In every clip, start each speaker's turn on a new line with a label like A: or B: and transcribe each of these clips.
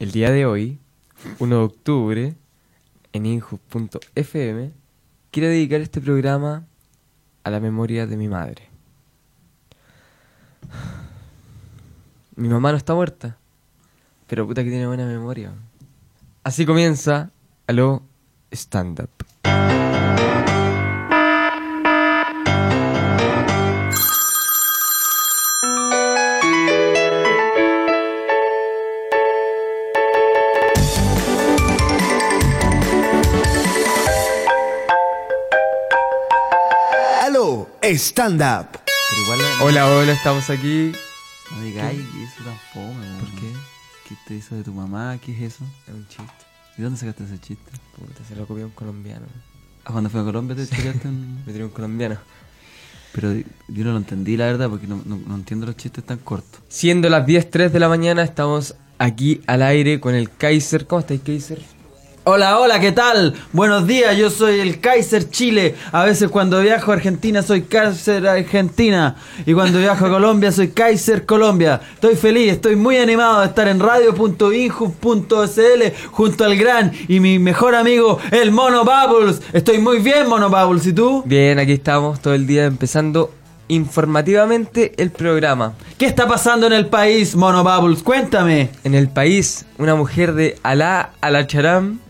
A: El día de hoy, 1 de octubre, en Injust.fm, quiero dedicar este programa a la memoria de mi madre. Mi mamá no está muerta, pero puta que tiene buena memoria. Así comienza Aló Stand Up.
B: Aló, stand up.
C: Pero igual la-
A: Hola, hola, estamos aquí.
C: no digáis que eso tan fome, weón.
A: ¿Por qué?
C: ¿Qué te hizo de tu mamá? ¿Qué es eso?
A: Es un chiste.
C: ¿De dónde sacaste ese chiste?
A: Puta, se lo copió un colombiano.
C: Ah, cuando fue a Colombia te estudiaste un...
A: Me tiró un colombiano.
C: Pero di- yo no lo entendí, la verdad, porque no, no- no entiendo los chistes tan cortos.
A: Siendo las 10.03 de la mañana, estamos aquí al aire con el Kaiser. ¿Cómo estáis, Kaiser?
C: Hola, hola, ¿qué tal? Buenos días, yo soy el Kaiser Chile. A veces cuando viajo a Argentina soy Kaiser Argentina. Y cuando viajo a Colombia soy Kaiser Colombia. Estoy feliz, estoy muy animado de estar en radio.inju.sl junto al gran y mi mejor amigo, el Mono Bubbles. Estoy muy bien, Mono Bubbles. ¿Y tú?
A: Bien, aquí estamos todo el día empezando informativamente el programa.
C: ¿Qué está pasando en el país, Mono Bubbles? Cuéntame.
A: En el país, una mujer de Alá Alacharam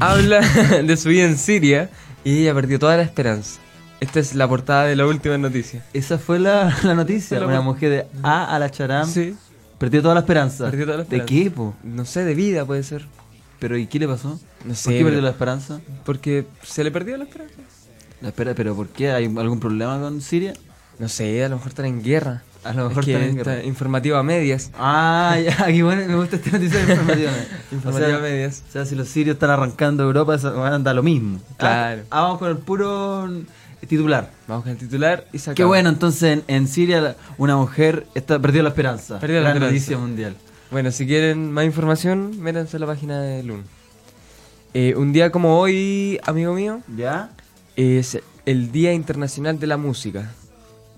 A: habla de su vida en Siria y ella perdió toda la esperanza. Esta es la portada de la última noticia.
C: Esa fue la, la noticia.
A: Fue la
C: Una
A: mu-
C: mujer de A a la charam.
A: Sí.
C: Perdió toda la esperanza.
A: Perdió toda la esperanza.
C: ¿De qué, po?
A: No sé, de vida puede ser.
C: ¿Pero y qué le pasó?
A: No sé,
C: ¿Por qué perdió
A: pero-
C: la esperanza?
A: Porque se le perdió la esperanza.
C: La espera, pero ¿por qué? ¿Hay algún problema con Siria?
A: No sé, a lo mejor están en guerra.
C: A lo mejor
A: Es que
C: están en
A: esta
C: guerra.
A: Informativa a medias.
C: Ah, ya, aquí bueno, me gusta esta noticia de informativa.
A: Informativa
C: O sea,
A: medias.
C: O sea, si los sirios están arrancando Europa, eso, bueno, da lo mismo.
A: Claro.
C: Ah, ah, vamos con el puro eh, titular.
A: Vamos con el titular y sacamos.
C: Qué bueno, entonces en, en Siria la- una mujer está, perdió la esperanza.
A: Perdió la
C: Gran
A: esperanza.
C: noticia mundial.
A: Bueno, si quieren más información, métanse a la página de LUN. Eh, un día como hoy, amigo mío,
C: ¿Ya?
A: es el Día Internacional de la Música.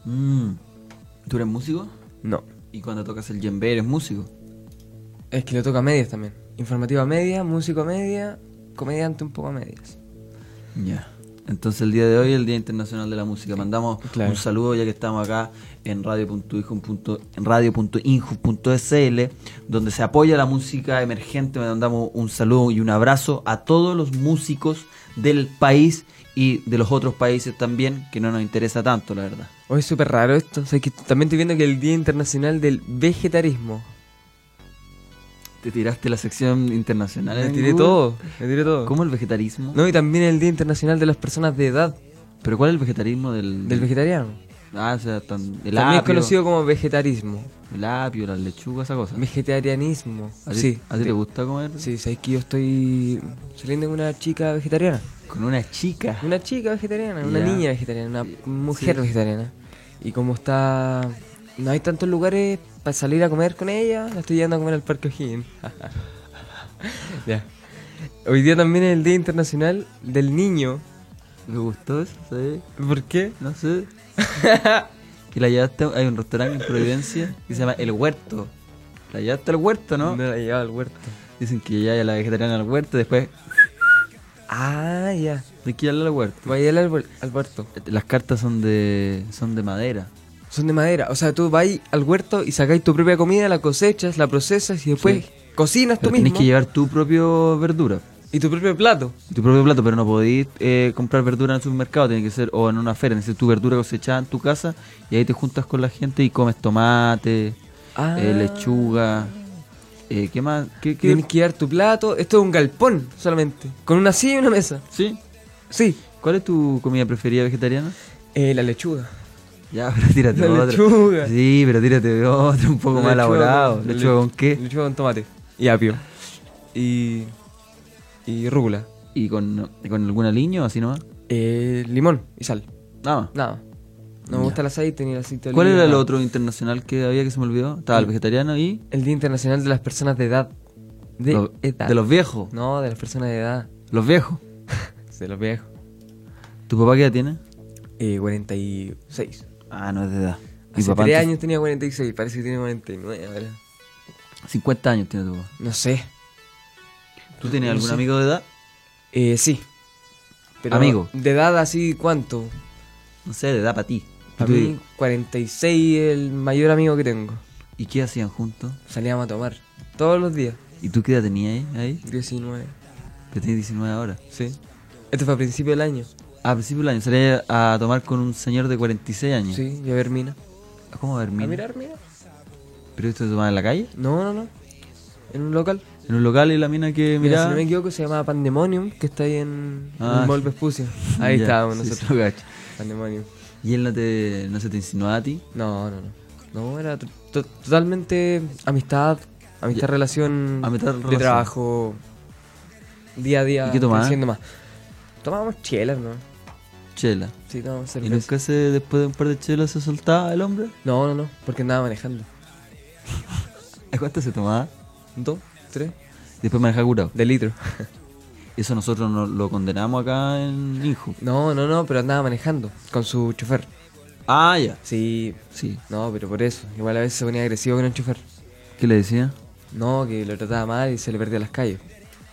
C: Mm. ¿Tú eres músico?
A: No,
C: ¿Y cuando tocas el djembe eres músico?
A: es que le toca a medias también. Informativa a medias, músico a media, comediante un poco a medias.
C: Ya. Entonces el día de hoy es el Día Internacional de la Música. Mandamos
A: Claro.
C: un saludo ya que estamos acá en radio.inju.sl en radio.inju.sl, donde se apoya la música emergente. Mandamos un saludo y un abrazo a todos los músicos del país y de los otros países también, que no nos interesa tanto, la verdad.
A: Hoy Oh, es súper raro esto. O sea, que también estoy viendo que el Día Internacional del Vegetarismo.
C: Te tiraste la sección internacional.
A: Me
C: en
A: tiré
C: Google.
A: todo, me tiré todo.
C: ¿Cómo el vegetarismo?
A: No, y también el Día Internacional de las Personas de Edad,
C: ¿Pero cuál es el vegetarismo del...?
A: del vegetariano.
C: Ah, o sea, tan- Mm. el
A: también
C: apio,
A: es conocido como vegetarismo.
C: el apio, las lechugas, esa cosa.
A: Vegetarianismo.
C: ¿A ti,
A: Sí.
C: a ti te gusta comer?
A: Sí, sabéis que yo estoy saliendo con una chica vegetariana.
C: Con una chica.
A: Una chica vegetariana, una
C: Ya.
A: niña vegetariana, una mujer
C: Sí.
A: vegetariana. Y como está. No hay tantos lugares para salir a comer con ella, la estoy llevando a comer al Parque O'Higgins. ya. Hoy día también es el Día Internacional del Niño.
C: Me gustó eso, ¿sabes?
A: ¿Por qué?
C: No sé. que la llevaste, hay un restaurante en Providencia que se llama El Huerto. La llevaste al huerto, ¿no?
A: No la llevaba al huerto.
C: Dicen que ya la vegetariana al huerto, después
A: Ah, ya.
C: hay que llevarla al huerto.
A: Vaya al, árbol- al huerto.
C: Las cartas son de son de madera.
A: Son de madera. O sea, tú vas al huerto y sacáis tu propia comida, la cosechas, la procesas y después
C: Sí.
A: cocinas tú
C: Pero
A: mismo.
C: tenés que llevar tu propio verdura,
A: Y tu propio plato.
C: tu propio plato, pero no podís eh, comprar verdura en el supermercado, tiene que ser o en una feria, tiene que ser tu verdura cosechada en tu casa y ahí te juntas con la gente y comes tomate,
A: Ah.
C: eh, lechuga, eh, ¿qué más? ¿Qué, qué-
A: Tienes que llevar tu plato. Esto es un galpón solamente. Con una silla y una mesa.
C: ¿Sí?
A: Sí.
C: ¿Cuál es tu comida preferida vegetariana?
A: Eh, la lechuga.
C: Ya, pero tírate
A: La
C: otra.
A: lechuga.
C: Sí, pero tírate otra, un poco
A: La
C: más
A: lechuga
C: elaborado.
A: con-
C: ¿Lechuga
A: le-
C: con qué?
A: Lechuga con tomate. Y apio. Y. Y rúcula.
C: ¿Y con, con algún aliño así nomás?
A: Eh, limón y sal.
C: Nada más.
A: Nada. No me gusta el aceite ni el aceite de
C: ¿Cuál
A: oliva,
C: era el
A: nada.
C: otro internacional que había que se me olvidó? Estaba el vegetariano y...
A: El Día Internacional de las Personas de Edad. De
C: Lo-
A: edad.
C: de los viejos.
A: No, de las personas de edad.
C: Los viejos.
A: De los viejos.
C: ¿Tu papá qué edad tiene?
A: Eh, 46.
C: Ah, no es de edad. Mi
A: Hace
C: papá
A: 3
C: antes-
A: años tenía 46, parece que tiene 49 ahora.
C: 50 años tiene tu papá.
A: No sé.
C: ¿Tú tienes
A: No
C: algún
A: sé.
C: amigo de edad?
A: Eh, sí. Pero
C: Amigo.
A: De edad así, ¿cuánto?
C: No sé, de edad para ti.
A: Para
C: ¿Y tú-
A: mí, 46 el mayor amigo que tengo.
C: ¿Y qué hacían juntos?
A: Salíamos a tomar. Todos los días.
C: ¿Y tú qué edad tenías ahí? ahí?
A: 19.
C: Que tenés 19 ahora. Ah,
A: Sí. Esto fue a principio del año.
C: A principios del año salía a tomar con un señor de 46 años. Ah,
A: Sí, Ah, y a ver mina.
C: ¿Cómo ver,
A: ¿A
C: mira?
A: mirar mina?
C: ¿Pero esto se tomaba en la calle?
A: No, no, no. En un local.
C: ¿En un local y la mina
A: Mira,
C: que miraba?
A: si no me equivoco, se llamaba Pandemonium, que está ahí en,
C: Ah,
A: en el Mall
C: sí.
A: Vespucio. Ahí
C: Ya,
A: estábamos
C: sí,
A: nosotros.
C: sí, lo cacho.
A: Pandemonium.
C: ¿Y él no, te, no se te insinuaba a ti?
A: No, no, no. No, era to- to- totalmente amistad, amistad,
C: Ya.
A: relación,
C: Amistad,
A: de
C: relación.
A: trabajo, día a día.
C: ¿Y qué tomaban?
A: creciendo más. Tomábamos chelas, ¿no?
C: Chela.
A: Sí, tomábamos
C: ¿Y
A: cerveza.
C: nunca se, después de un par de chelas se soltaba el hombre?
A: No, no, no, porque andaba manejando.
C: ¿A cuánto se tomaba?
A: Dos, tres,
C: Después manejaba curado.
A: de litro.
C: Eso nosotros no, lo condenamos acá en Inju.
A: No, no, no, pero andaba manejando con su chofer.
C: Ah, ya.
A: Sí,
C: Sí.
A: no, pero por eso. Igual a veces se ponía agresivo con el chofer.
C: ¿Qué le decía?
A: No, que lo trataba mal y se le perdía las calles.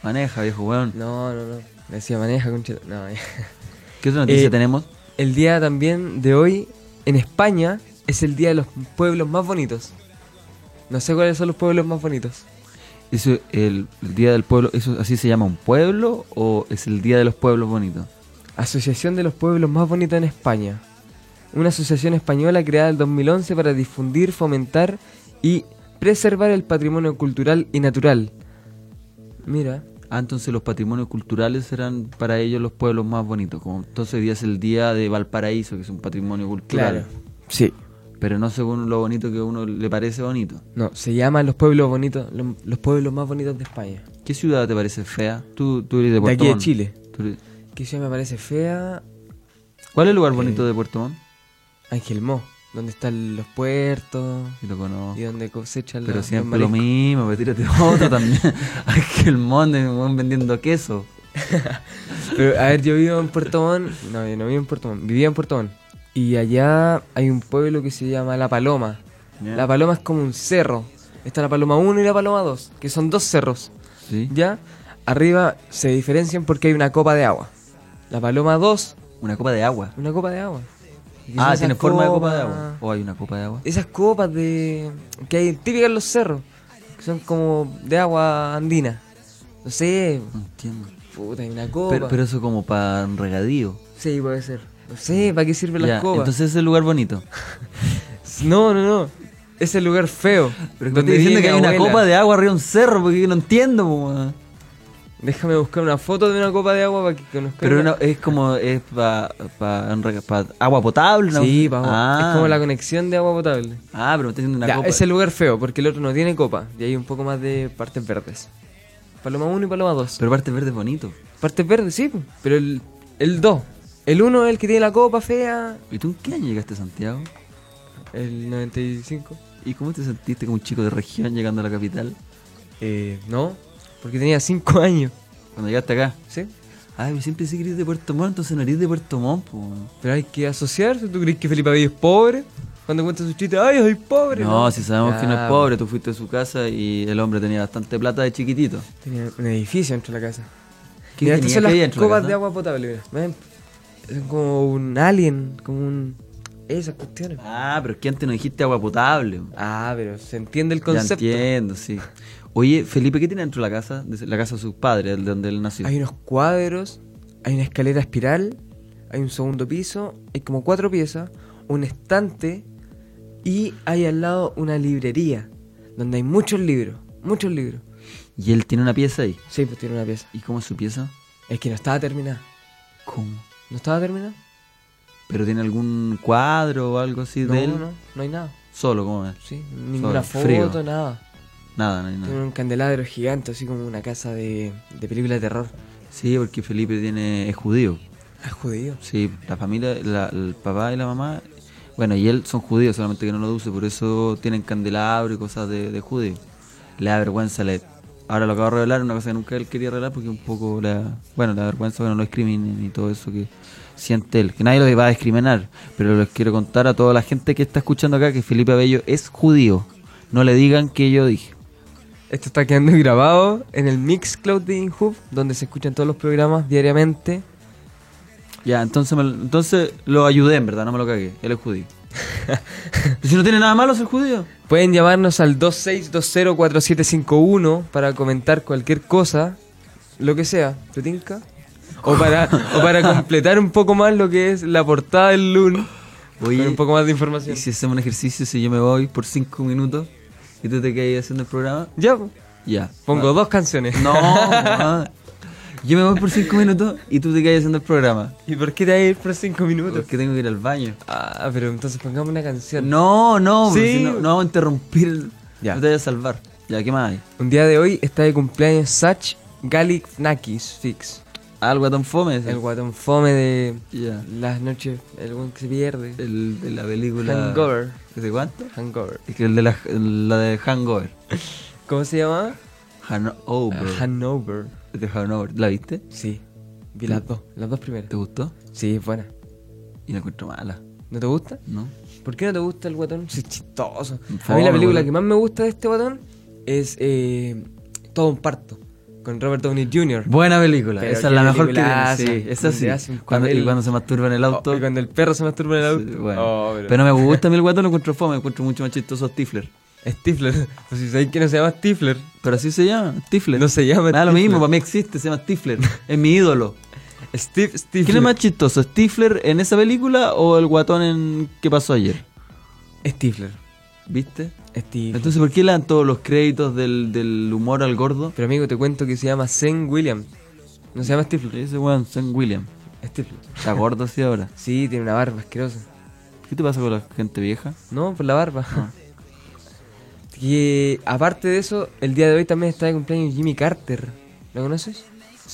C: Maneja, viejo weón.
A: No, no, no. Me decía maneja, concha. No, ya.
C: ¿Qué otra noticia
A: Eh,
C: tenemos?
A: El día también de hoy en España es el día de los pueblos más bonitos. No sé cuáles son los pueblos más bonitos.
C: Eso, el, el Día del Pueblo, ¿eso así se llama un pueblo o es el Día de los Pueblos Bonitos?
A: Asociación de los pueblos más bonitos en España. Una asociación española creada en 2011 para difundir, fomentar y preservar el patrimonio cultural y natural. Mira,
C: Ah, entonces los patrimonios culturales eran para ellos los pueblos más bonitos. Como, entonces hoy día es el Día de Valparaíso, que es un patrimonio cultural.
A: Sí.
C: Pero no según lo bonito que a uno le parece bonito.
A: No, se llaman los pueblos bonitos, lo- los pueblos más bonitos de España.
C: ¿Qué ciudad te parece fea? Tú, tú eres de
A: De
C: Puerto
A: aquí de
C: Montt.
A: Chile.
C: Tú eres-
A: Que ya me parece fea.
C: ¿Cuál es el
A: Eh,
C: lugar bonito de Puerto Montt?
A: Ángel Mo, donde están los puertos
C: Sí lo conozco.
A: y donde cosechan los-
C: Pero
A: los
C: siempre lo
A: mariscos.
C: mismo, pero tírate otro también. Ángel Montt, un weón vendiendo queso.
A: Pero, a ver, yo vivo en Puerto Montt. No, yo no vivo en Puerto Montt. Vivía en Puerto Montt. Y allá hay un pueblo que se llama La Paloma.
C: Ya.
A: La Paloma es como un cerro. Está la Paloma 1 y la Paloma 2, que son dos cerros.
C: ¿Sí?
A: ¿Ya? Arriba se diferencian porque hay una copa de agua. La Paloma 2,
C: Una copa de agua.
A: una copa de agua. Y son
C: Ah,
A: esas
C: tiene forma de copa de agua.
A: copas-
C: ¿O hay una copa de agua?
A: Esas copas de que hay típicas en los cerros, que son como de agua andina. No sé,
C: No entiendo.
A: puta, hay una copa.
C: Pero, pero eso como para un regadío.
A: Sí, puede ser. No sé, ¿para qué sirven
C: Ya,
A: las copas?
C: entonces es el lugar bonito.
A: No, no, no. Es el lugar feo.
C: Pero
A: donde
C: estoy diciendo
A: vive
C: que hay
A: mi
C: una
A: abuela.
C: copa de agua arriba de un cerro, porque no entiendo. po, weón.
A: Déjame buscar una foto de una copa de agua para que conozcan.
C: Pero no, es como, es para agua potable. ¿no?
A: Sí, pa-
C: Ah.
A: es como la conexión de agua potable.
C: Ah, pero me está diciendo una
A: Ya,
C: copa.
A: es el lugar feo, porque el otro no tiene copa. Y hay un poco más de partes verdes. Paloma 1 y Paloma 2.
C: Pero parte verde es bonito.
A: Partes verdes, sí, po, pero el 2. El 1 es el que tiene la copa fea.
C: ¿Y tú en qué año llegaste a Santiago?
A: El 95.
C: ¿Y cómo te sentiste como un chico de región llegando a la capital?
A: Eh, no, porque tenía 5 años.
C: Cuando llegaste acá.
A: ¿Sí?
C: Ay, yo siempre sí que eres de Puerto Montt, entonces no eres de Puerto Montt, po.
A: Pero hay que asociarse. ¿Tú crees que Felipe Avillo es pobre? Cuando cuenta sus chistes, ¡ay, soy pobre!
C: No, si sabemos que no
A: Ah,
C: es pobre, tú fuiste a su casa y el hombre tenía bastante plata de chiquitito.
A: Tenía un edificio dentro de la casa.
C: ¿Qué
A: mira,
C: tenía?
A: estas
C: ¿Qué
A: son las
C: había dentro de la
A: copas
C: casa?
A: de agua potable, mira. Ven, Son como un alien, como un. Esas cuestiones.
C: Ah, pero es que antes no dijiste agua potable.
A: Ah, pero se entiende el
C: Ya
A: concepto.
C: entiendo, sí. Oye, Felipe, ¿qué tiene dentro de la casa? De la casa de sus padres, de donde él nació.
A: Hay unos cuadros, hay una escalera espiral, hay un segundo piso, hay como cuatro piezas, un estante y hay al lado una librería donde hay muchos libros, muchos libros.
C: Y él tiene una pieza ahí.
A: Sí, pues tiene una pieza.
C: ¿Y cómo es su pieza?
A: Es que no estaba terminada.
C: ¿Cómo?
A: ¿No estaba terminada?
C: ¿Pero tiene algún cuadro o algo así
A: No,
C: de él?
A: no, no, no hay nada.
C: Solo, ¿cómo es?
A: Sí, ninguna
C: Solo,
A: foto,
C: frío.
A: nada.
C: Nada, no hay nada.
A: Tiene un candelabro gigante, así como una casa de, de película de terror.
C: Sí, porque Felipe tiene, es judío.
A: Ah, judío.
C: Sí, la familia, la- el papá y la mamá, bueno, y él son judíos, solamente que no lo use, por eso tienen candelabro y cosas de, de judío. Le da vergüenza, le, ahora lo acabo de revelar, una cosa que nunca él quería revelar porque un poco la, bueno, la vergüenza que no lo discriminen y todo eso que siente él, que nadie lo va a discriminar, pero les quiero contar a toda la gente que está escuchando acá que Felipe Abello es judío, no le digan que yo dije.
A: Esto está quedando grabado en el Mixcloud de InHub, donde se escuchan todos los programas diariamente.
C: Ya, entonces, me- entonces lo ayudé, en verdad, no me lo cagué. Él es judío. si no tiene nada malo ser judío.
A: Pueden llamarnos al 26204751 para comentar cualquier cosa, lo que sea, ¿te tinca? O para, o para completar un poco más lo que es la portada del LUN,
C: Oye,
A: con un poco más de información.
C: Y si hacemos un ejercicio, si yo me voy por cinco minutos y tú te quedas haciendo el programa,
A: Ya, po.
C: ya.
A: pongo dos canciones.
C: Ah. No, weón. yo me voy por cinco minutos y tú te quedas haciendo el programa.
A: ¿Y por qué te vas a ir por cinco minutos?
C: Porque tengo que ir al baño.
A: Ah, pero entonces pongamos una canción.
C: No, no, pero
A: Sí.
C: si no, no vamos a interrumpir. el-
A: Ya.
C: No te voy a salvar. Ya, ¿qué más hay?
A: Un día de hoy está de cumpleaños Sach Galiknakis Fix,
C: Ah, el guatón fome. ese.
A: el guatón fome de
C: Ya.
A: las noches, el buen que se pierde.
C: El de la película.
A: Hangover.
C: ¿De cuánto?
A: Hangover.
C: Es que el de la, la de Hangover.
A: ¿Cómo se llama?
C: Hanover.
A: Hanover.
C: oh, de Hanover. ¿La viste?
A: Sí, vi las dos, las dos primeras.
C: ¿Te gustó?
A: Sí, es buena.
C: Y la encuentro mala,
A: ¿No te gusta?
C: ¿no?
A: ¿Por qué no te gusta el guatón? Sí, es chistoso. A mí
C: Fome,
A: la película
C: weón.
A: que más me gusta de este guatón es eh, Todo un parto, con Robert Downey Jr.
C: Buena película.
A: Pero
C: esa es la
A: qué
C: mejor que
A: peliculaza,
C: tiene. Sí, esa
A: donde
C: sí.
A: hace un
C: Cuando, y
A: papel-
C: cuando se masturba en el auto.
A: Oh, y cuando el perro se masturba en el auto.
C: Sí, bueno.
A: Oh,
C: pero... no me gusta a mí el guato, lo encuentro fome, encuentro mucho más chistoso a Stifler.
A: Stifler. Pues si sabéis que no se llama Stifler.
C: Pero así se llama, Stifler.
A: No se llama
C: Me da lo
A: Stifler.
C: mismo, para mí existe, se llama Stifler. Es mi ídolo.
A: Steve Stifler.
C: ¿Quién es más chistoso, Stifler en esa película o el guatón en ¿Qué pasó ayer?
A: Stifler.
C: ¿Viste?
A: Stifler.
C: Entonces, ¿por qué le dan todos los créditos del, del humor al gordo?
A: Pero amigo, te cuento que se llama Zen Williams. No se llama Stifler.
C: Ese weón, Sam William.
A: Stifler.
C: Está gordo así ahora.
A: Sí, tiene una barba asquerosa.
C: ¿Qué te pasa con la gente vieja?
A: No, por la barba. Que aparte de eso, el día de hoy también está de cumpleaños Jimmy Carter. ¿Lo conoces?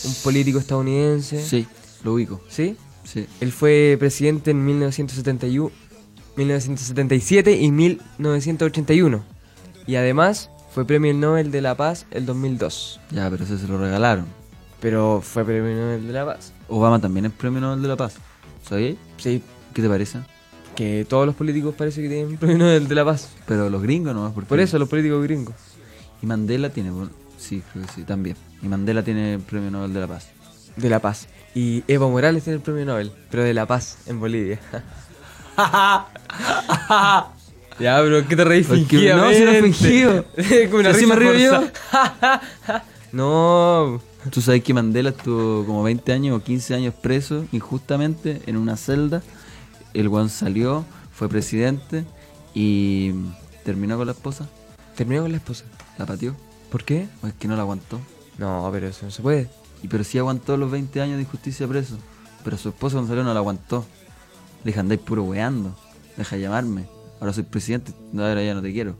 A: Un político estadounidense.
C: Sí, lo ubico.
A: ¿Sí?
C: Sí.
A: Él fue presidente en 1971, 1977 y 1981. Y además fue premio Nobel de la Paz el 2002.
C: Ya, pero ese se lo regalaron.
A: Pero fue premio Nobel de la Paz.
C: Obama también es premio Nobel de la Paz. ¿Sabéis?
A: Sí,
C: ¿Qué te parece?
A: que todos los políticos parece que tienen premio Nobel de la Paz.
C: Pero los gringos nomás, porque.
A: Por eso los políticos gringos.
C: Y Mandela tiene. bueno, Sí, creo que sí, también. Y Mandela tiene el premio Nobel de la Paz.
A: De la Paz. Y Evo Morales tiene el premio Nobel, pero de la Paz, en Bolivia. ya, pero ¿qué te reís
C: Porque- no, si no es fingido.
A: Es como una
C: Si así me
A: risa
C: río yo.
A: forzada. no.
C: Tú sabes que Mandela estuvo como 20 años o 15 años preso injustamente en una celda. El guan salió, fue presidente y terminó con la esposa.
A: Terminó con la esposa.
C: La pateó.
A: ¿Por qué?
C: O es que no la aguantó.
A: No, pero eso no se puede.
C: Y pero sí aguantó los 20 años de injusticia preso. Pero su esposo Gonzalo no la aguantó. Le dije, andáis puro weando. Deja de llamarme. Ahora soy presidente. No, ahora ya no te quiero.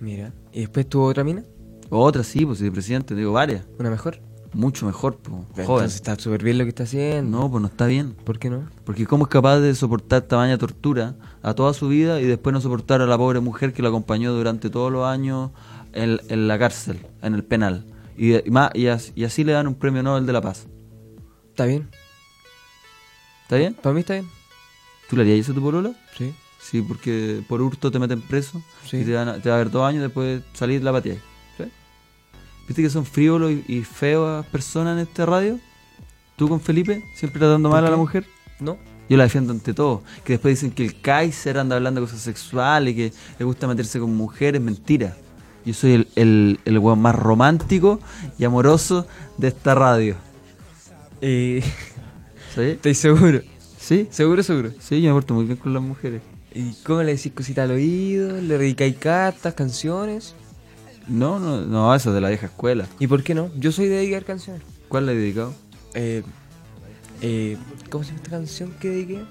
A: Mira. ¿Y después tuvo otra mina?
C: O otra sí, pues soy presidente. Digo, varias.
A: ¿Una mejor?
C: Mucho mejor, pues. Joven.
A: Entonces está súper bien lo que está haciendo.
C: No, pues no está bien.
A: ¿Por qué no?
C: Porque cómo es capaz de soportar tamaña tortura a toda su vida y después no soportar a la pobre mujer que lo acompañó durante todos los años en, en la cárcel, en el penal. Y, y más- y as- y así le dan un premio Nobel de la Paz.
A: Está bien.
C: ¿Está bien?
A: Para mí está bien.
C: ¿Tú le harías eso a tu polola?
A: Sí.
C: Sí, porque por hurto te meten preso
A: Sí.
C: y te, van a, te va a ver dos años después salir la patilla. ¿Viste que son frívolos y, y feas personas en esta radio? Tú con Felipe, siempre tratando mal a la mujer.
A: ¿No?
C: Yo la defiendo ante todo. Que después dicen que el Kaiser anda hablando de cosas sexuales y que le gusta meterse con mujeres. Mentira. Yo soy el, el, el weón más romántico y amoroso de esta radio.
A: Eh,
C: ¿Sí?
A: estoy seguro.
C: ¿Sí?
A: Seguro, seguro.
C: Sí, yo me porto muy bien con las mujeres.
A: ¿Y cómo le decís cositas al oído? ¿Le dedicáis cartas, canciones?
C: No, no, no, eso es de la vieja escuela.
A: ¿Y por qué no? Yo soy de dedicar canciones.
C: ¿Cuál le he dedicado?
A: Eh, eh, ¿Cómo se llama esta canción que dediqué?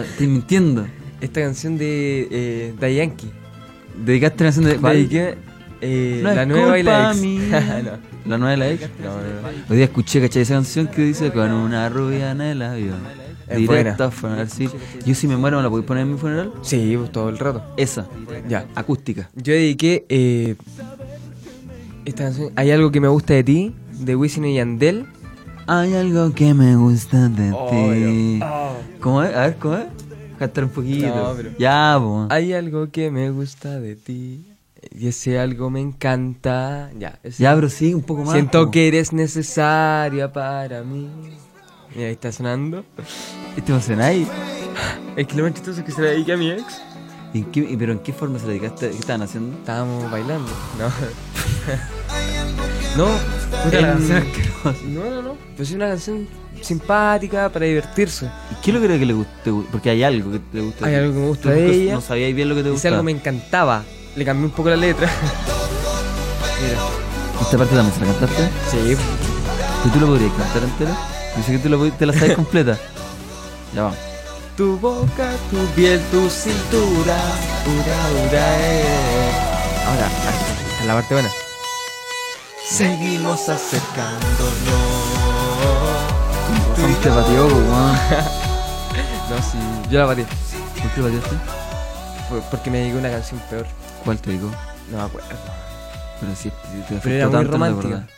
C: Estoy mintiendo.
A: Esta canción de eh, Da Yankee.
C: Dedicaste una canción de.
A: Dediqué eh,
C: No
A: la
C: es
A: nueva y la ex.
C: culpa mía.
A: No.
C: ¿La nueva de la ex? Hoy día escuché, ¿cachai? Esa canción que dice con una rubia en el avión.
A: Es
C: Directo
A: buena.
C: a funeral. sí. Yo si me muero, ¿me la podéis poner en mi funeral?
A: Sí, pues, todo el rato.
C: Esa.
A: Ya.
C: Acústica.
A: Yo dediqué eh, esta canción. Hay algo que me gusta de ti, de Wisin y Yandel.
C: Hay algo que me gusta de
A: Oh,
C: ti.
A: pero- oh.
C: ¿Cómo es? A ver, ¿cómo es? Cantar un poquito.
A: No, pero-
C: Ya, po.
A: Hay algo que me gusta de ti. Y ese algo me encanta. Ya, ese-
C: Ya, pero sí, un poco más.
A: Siento
C: po.
A: que eres necesaria para mí. Mira, ahí está sonando.
C: ¿Te emocionáis?
A: El kilómetro chistoso es que se le dedica a mi ex.
C: ¿En qué- ¿Pero en qué forma se la dedicaste? ¿Qué estaban haciendo?
A: Estábamos bailando, ¿no? no, puta, la
C: En-
A: canción asquerosa. No, no, no. Pues es una canción simpática para divertirse.
C: ¿Y qué es lo que creo que le guste? Porque hay algo que te gusta.
A: Hay algo que me gusta
C: Tú
A: de
C: nunca-
A: ella.
C: No sabíais bien lo que te
A: Dice
C: gusta.
A: algo me encantaba. Le cambié un poco la letra. Mira.
C: Esta parte también se la cantaste.
A: Sí.
C: ¿Y tú la podrías cantar entera? Yo sé que tú la, pod- te la sabes completa. Ya vamos.
A: Tu boca, tu piel, tu cintura. Ura, ura, eh. Ahora, esta es la parte buena. Seguimos acercándonos.
C: Te pateó, pues, weón.
A: No, sí, yo la batí.
C: ¿Por qué pateaste?
A: Fue Porque me dedicó una canción peor.
C: ¿Cuál te digo?
A: No me acuerdo.
C: Pero sí, sí, te afectó
A: Pero era muy
C: tanto, no te
A: romántica.
C: acordás.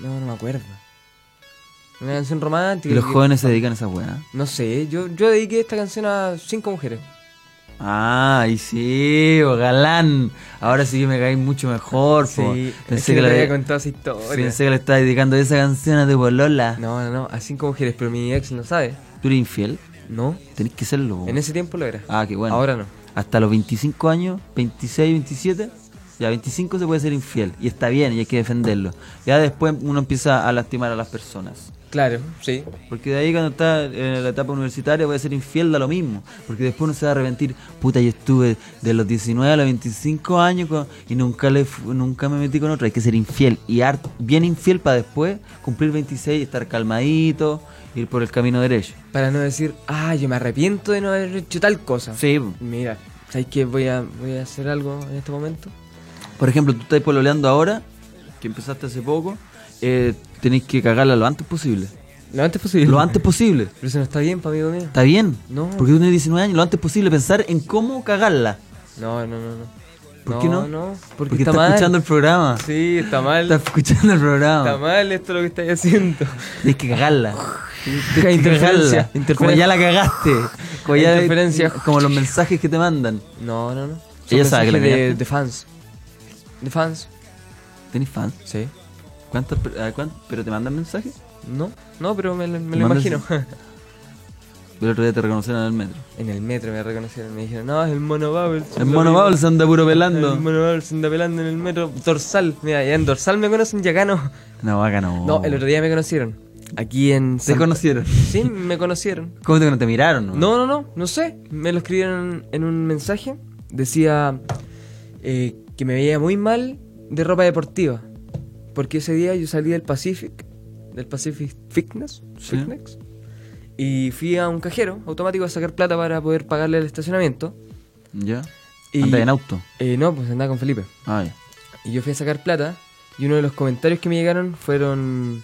A: No, no me acuerdo. Una canción romántica.
C: Y los
A: que-
C: jóvenes se dedican a esa weá.
A: No sé, yo, yo dediqué esta canción a cinco mujeres.
C: Ah, y sí, po, galán. Ahora sí que me caí mucho mejor, po.
A: Sí, es
C: Pensé
A: que
C: que,
A: no te había
C: le,
A: contado esa historia.
C: pensé que le estaba dedicando esa canción a tu polola.
A: No, no, no, a cinco mujeres, pero mi ex no sabe.
C: ¿Tú eres infiel?
A: No,
C: Tenés que serlo, po.
A: en ese tiempo lo era.
C: Oh. Ah, qué bueno.
A: Ahora no.
C: Hasta los 25 años, 26, 27, ya 25 se puede ser infiel. Y está bien, y hay que defenderlo. Ya después uno empieza a lastimar a las personas.
A: Claro, sí.
C: Porque de ahí cuando está en la etapa universitaria voy a ser infiel da lo mismo. Porque después uno se va a arrepentir. Puta, yo estuve de los 19 a los 25 años con- y nunca le fu- nunca me metí con otro. Hay que ser infiel. Y har- bien infiel para después cumplir 26 y estar calmadito, ir por el camino derecho.
A: Para no decir, ah, yo me arrepiento de no haber hecho tal cosa.
C: Sí.
A: Mira, ¿sabes qué? Voy a, voy a hacer algo en este momento.
C: Por ejemplo, tú estás pololeando ahora, que empezaste hace poco, eh, tenéis que cagarla lo antes posible.
A: Lo antes posible.
C: Lo antes posible.
A: Pero eso no está bien, pa' amigo mío.
C: Está bien.
A: No.
C: Porque tú tienes 19 años, lo antes posible pensar en cómo cagarla.
A: No, no, no, no.
C: ¿Por qué no?
A: No, porque,
C: Porque,
A: está,
C: estás
A: mal.
C: escuchando el programa.
A: Sí, está mal.
C: Está
A: Está,
C: escuchando el programa.
A: mal esto lo que estáis haciendo.
C: Tienes que cagarla.
A: Hay
C: Tienes que
A: interferencia,
C: cagarla. Como ya la cagaste. Como,
A: Hay
C: ya-
A: interferencia.
C: como los mensajes que te mandan.
A: No, no, no.
C: Ella sabe
A: mensajes
C: que la
A: de,
C: engañaste.
A: de fans. De fans.
C: ¿Tenés fans?
A: Sí.
C: ¿Cuántas, per- a cuán- ¿Pero te mandan mensajes?
A: No, no, pero me, lo- me
C: ¿Te
A: lo
C: mandas-
A: imagino.
C: El otro día te reconocieron en el metro.
A: en el metro me reconocieron, me dijeron, no, es el mono Babel.
C: El mono Babel se anda puro pelando.
A: El mono Babel se anda pelando en el metro. Dorsal, mira, ya en dorsal me conocen, ya acá no.
C: No, acá no.
A: No, el otro día me conocieron. Aquí en.
C: Oh. ¿Te
A: San-
C: conocieron?
A: Sí, me conocieron.
C: ¿Cómo te, no te miraron?
A: No, no, no, no sé. Me lo escribieron en un mensaje. Decía eh, que me veía muy mal de ropa deportiva. Porque ese día yo salí del Pacific, del Pacific Fitness,
C: Sí.
A: Fitness, y fui a un cajero automático a sacar plata para poder pagarle el estacionamiento.
C: ¿Ya?
A: Y-
C: Andás en auto.
A: Eh, no, pues andaba con Felipe.
C: Ah, ya.
A: Y yo fui a sacar plata y uno de los comentarios que me llegaron fueron...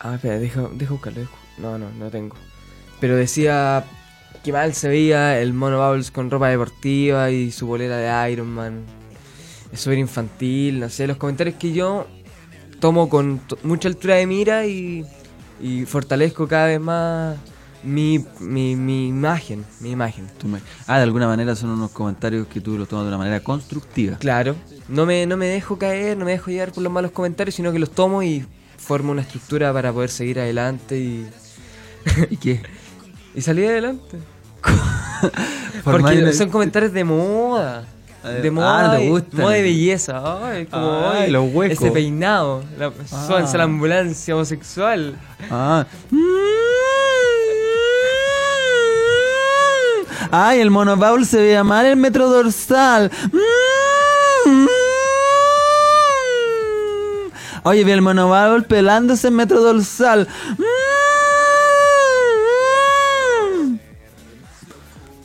A: Ah, espera, deja, deja buscarlo. deja- No, no, no tengo. Pero decía que mal se veía el mono Bubbles con ropa deportiva y su bolera de Iron Man. Eso era infantil, no sé. Los comentarios que yo tomo con to- mucha altura de mira y, y fortalezco cada vez más mi, mi, mi imagen, mi imagen.
C: Tú me- Ah, de alguna manera son unos comentarios que tú los tomas de una manera constructiva.
A: Claro, no me, no me dejo caer, no me dejo llevar por los malos comentarios, sino que los tomo y formo una estructura para poder seguir adelante y,
C: ¿Y qué?
A: y salir adelante.
C: Formar
A: Porque
C: una-
A: son comentarios de moda.
C: Eh,
A: De
C: ah,
A: moda,
C: te
A: y-
C: gustan.
A: moda de belleza. Ay, como
C: Ay,
A: ay,
C: los huecos.
A: ese peinado, la,
C: Ah.
A: suanza, la ambulancia homosexual.
C: Ah. Ay, el mono Paul se veía mal el metro dorsal. Oye, vi el mono Paul pelándose en metro dorsal.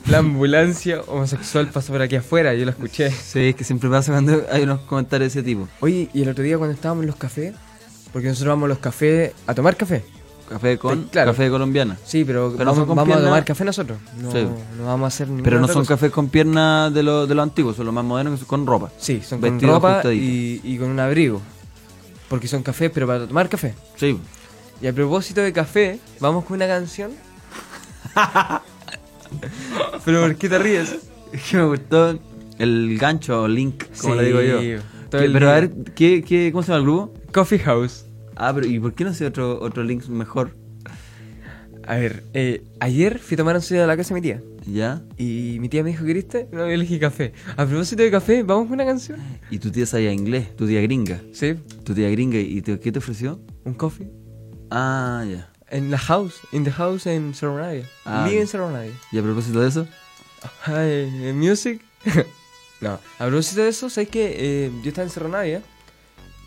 A: La ambulancia homosexual pasó por aquí afuera, yo lo escuché.
C: Sí, es que siempre pasa cuando hay unos comentarios de ese tipo.
A: Oye, y el otro día cuando estábamos en los cafés, porque nosotros vamos a los cafés a tomar café.
C: Café con
A: Sí, claro.
C: café colombiana.
A: Sí, pero,
C: Pero no son
A: vamos,
C: con
A: vamos a
C: pierna.
A: tomar café nosotros. No,
C: Sí.
A: no vamos a hacer ninguna
C: Pero no
A: otra
C: son
A: cosa.
C: cafés con piernas de lo, de lo antiguo, son los más modernos que son con ropa.
A: Sí, son con
C: Vestidos
A: ropa
C: ajustaditos.
A: y, y con un abrigo. Porque son cafés, pero para tomar café.
C: Sí.
A: Y a propósito de café, vamos con una canción. pero ¿por qué te ríes?
C: Que me gustó. el gancho o link, como
A: Sí,
C: le digo yo.
A: todo
C: Que-
A: el
C: pero
A: día.
C: a ver, ¿qué, qué, ¿cómo se llama el grupo?
A: Coffee House.
C: Ah, pero ¿y por qué no hace otro, otro link mejor?
A: A ver, eh, ayer fui a tomar un sueño a la casa de mi tía.
C: ¿Ya?
A: Y mi tía me dijo, ¿queriste? No, yo elegí café. A propósito de café, ¿vamos con una canción?
C: Y tu tía sabía inglés, tu tía gringa.
A: Sí,
C: Tu tía gringa, ¿y te- qué te ofreció?
A: un coffee.
C: Ah, ya.
A: En la house, in the house en Cerro Navia.
C: Ah,
A: Vive
C: ya.
A: en Cerro Navia.
C: ¿Y a propósito de eso?
A: Ay, eh, music. no, a propósito de eso, ¿sabes que yo estaba en Cerro Navia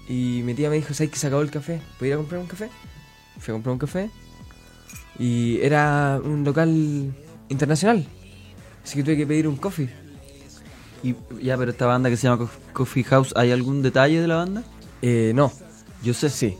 A: y mi tía me dijo, ¿sabes que se acabó el café? ¿Puedo ir a comprar un café? Fui a comprar un café y era un local internacional. Así que tuve que pedir un coffee.
C: Y, ya, pero esta banda que se llama Co- Coffee House, ¿hay algún detalle de la banda?
A: Eh, no,
C: Yo sé. Sí.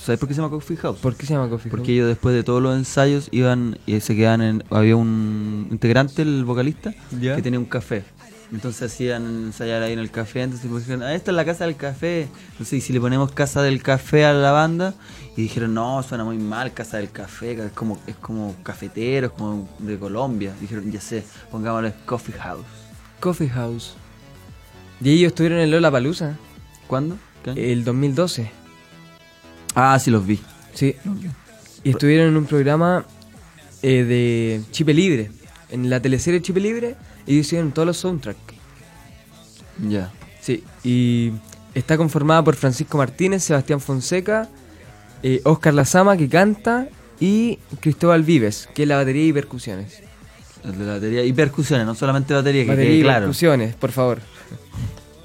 C: ¿Sabes por qué se llama Coffee House?
A: ¿por qué se llama coffee?
C: Porque ellos después de todos los ensayos iban y se quedaban en... Había un integrante, el vocalista,
A: Ya.
C: que tenía un café. Entonces hacían ensayar ahí en el café, entonces pusieron, ah, esta es la casa del café. Entonces, y si le ponemos casa del café a la banda, y dijeron, no, suena muy mal, casa del café, es como, es como cafetero, es como de Colombia. Dijeron, ya sé, pongámosle Coffee House.
A: Coffee House. Y ellos estuvieron en Lola Palusa
C: ¿Cuándo? ¿Qué año?
A: el 2012.
C: Ah, sí, los vi.
A: Sí. Y estuvieron en un programa eh, de Chipe Libre. En la teleserie Chipe Libre, ellos hicieron todos los soundtracks.
C: Ya.
A: Sí. Y está conformada por Francisco Martínez, Sebastián Fonseca, eh, Oscar Lazama, que canta, y Cristóbal Vives, que es la batería y percusiones.
C: El de la batería y percusiones, no solamente batería, que
A: batería
C: quede
A: y
C: claro.
A: percusiones, por favor.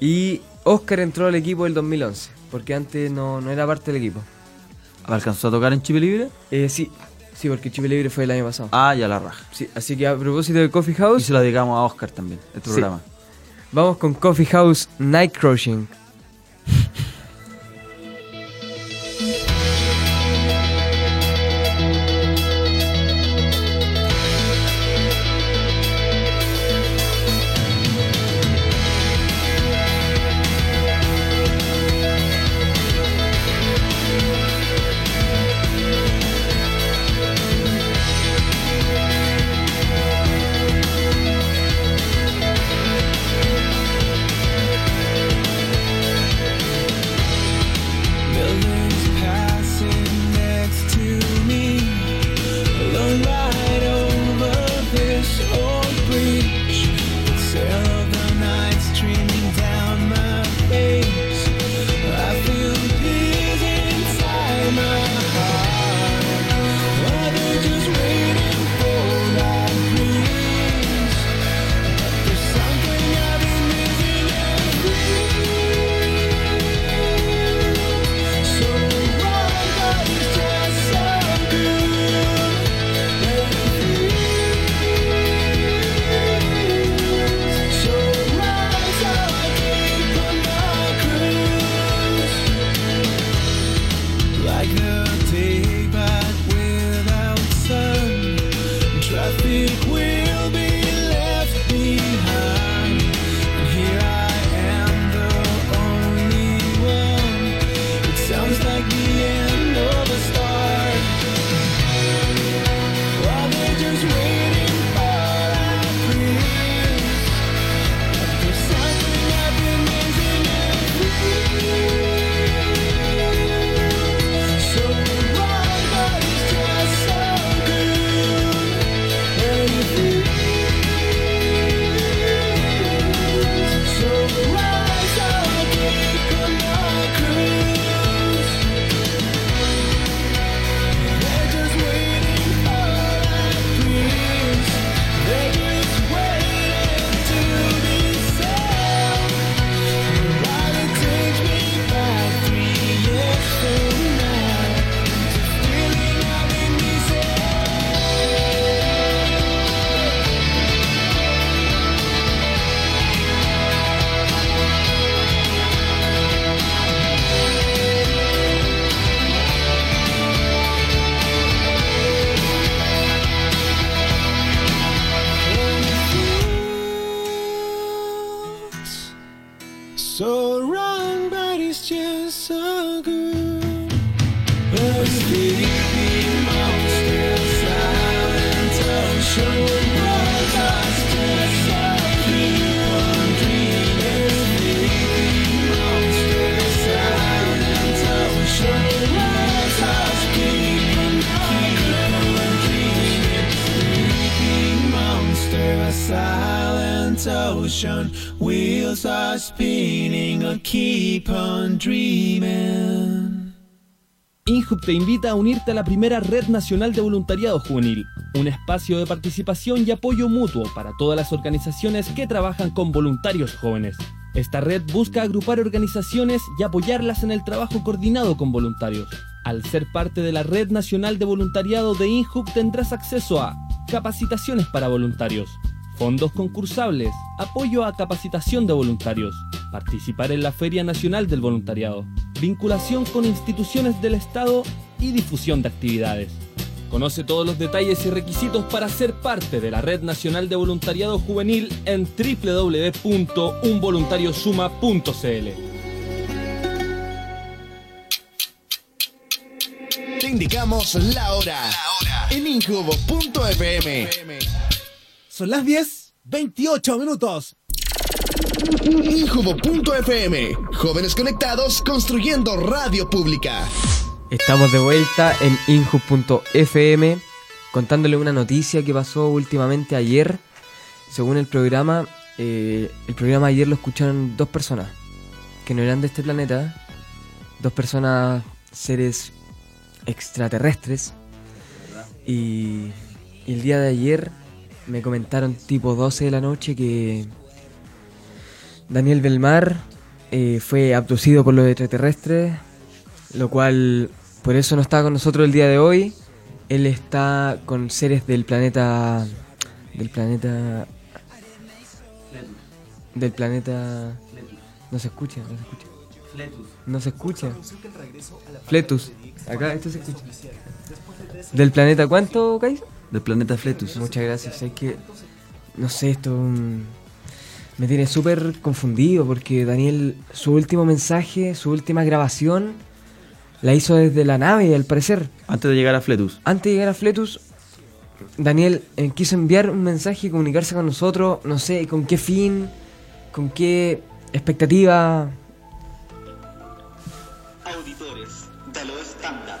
A: Y Oscar entró al equipo del 2011, porque antes no, no era parte del equipo.
C: ¿Alcanzó a tocar en Chile Libre?
A: Eh, sí, sí, porque Chipe Libre fue el año pasado.
C: Ah, ya la raja.
A: Sí, así que a propósito de Coffee
C: Y
A: House,
C: se lo dedicamos a Oscar también, este
A: Sí.
C: programa.
A: Vamos con Coffee House Night Crushing.
D: Buildings passing next to me, alone right over this old bridge. Silver night streaming down my face. I feel tears inside my heart. Are they just waiting for that breeze? There's something I've been missing so what is just so good that it So right, so I keep on my cruise, like the day back without sun. Traffic will be left behind. And here I am, the only one. It sounds like the end of a star. While they're just waiting for that breeze. But There's something I've been missing every So wrong, but it's just so good. And it feels so right, so I keep on my cruise. They're just waiting for that breeze. They're just waiting to be sound. While it takes me back three years from now, to feeling I've been missing. feels so wrong, but it's just so good. A sleeping monster, silent ocean, brought us to something. ocean. Wheels are spinning, I keep on dreaming.
E: INJUB te invita a unirte a la primera Red Nacional de Voluntariado Juvenil, un espacio de participación y apoyo mutuo para todas las organizaciones que trabajan con voluntarios jóvenes. Esta red busca agrupar organizaciones y apoyarlas en el trabajo coordinado con voluntarios. Al ser parte de la Red Nacional de Voluntariado de INJUB tendrás acceso a capacitaciones para voluntarios, fondos concursables, apoyo a capacitación de voluntarios, participar en la Feria Nacional del Voluntariado, vinculación con instituciones del Estado y difusión de actividades. Conoce todos los detalles y requisitos para ser parte de la Red Nacional de Voluntariado Juvenil en www.unvoluntariosuma.cl.
B: Te indicamos la hora. En Injubo.fm.
F: Son las 10, 28 minutos.
B: Injubo.fm. Jóvenes conectados construyendo radio pública.
A: Estamos de vuelta en inju.fm contándole una noticia que pasó últimamente ayer. Según el programa, eh, el programa ayer lo escucharon dos personas que no eran de este planeta, dos personas, seres extraterrestres. Y, y el día de ayer me comentaron tipo 12 de la noche que Daniel Belmar eh, fue abducido por los extraterrestres, lo cual por eso no está con nosotros el día de hoy. Él está con seres del planeta del planeta del planeta no se escucha, no se escucha. No se escucha. Fletus. Acá esto se escucha. ¿Del planeta cuánto, Kaiser?
C: Del planeta Fletus.
A: Muchas gracias. Es que, no sé, esto mm, me tiene súper confundido porque Daniel, su último mensaje, su última grabación, la hizo desde la nave, al parecer.
C: Antes de llegar a Fletus.
A: Antes de llegar a Fletus, Daniel eh, quiso enviar un mensaje y comunicarse con nosotros, no sé, con qué fin, con qué expectativa.
G: auditores de lo estándar.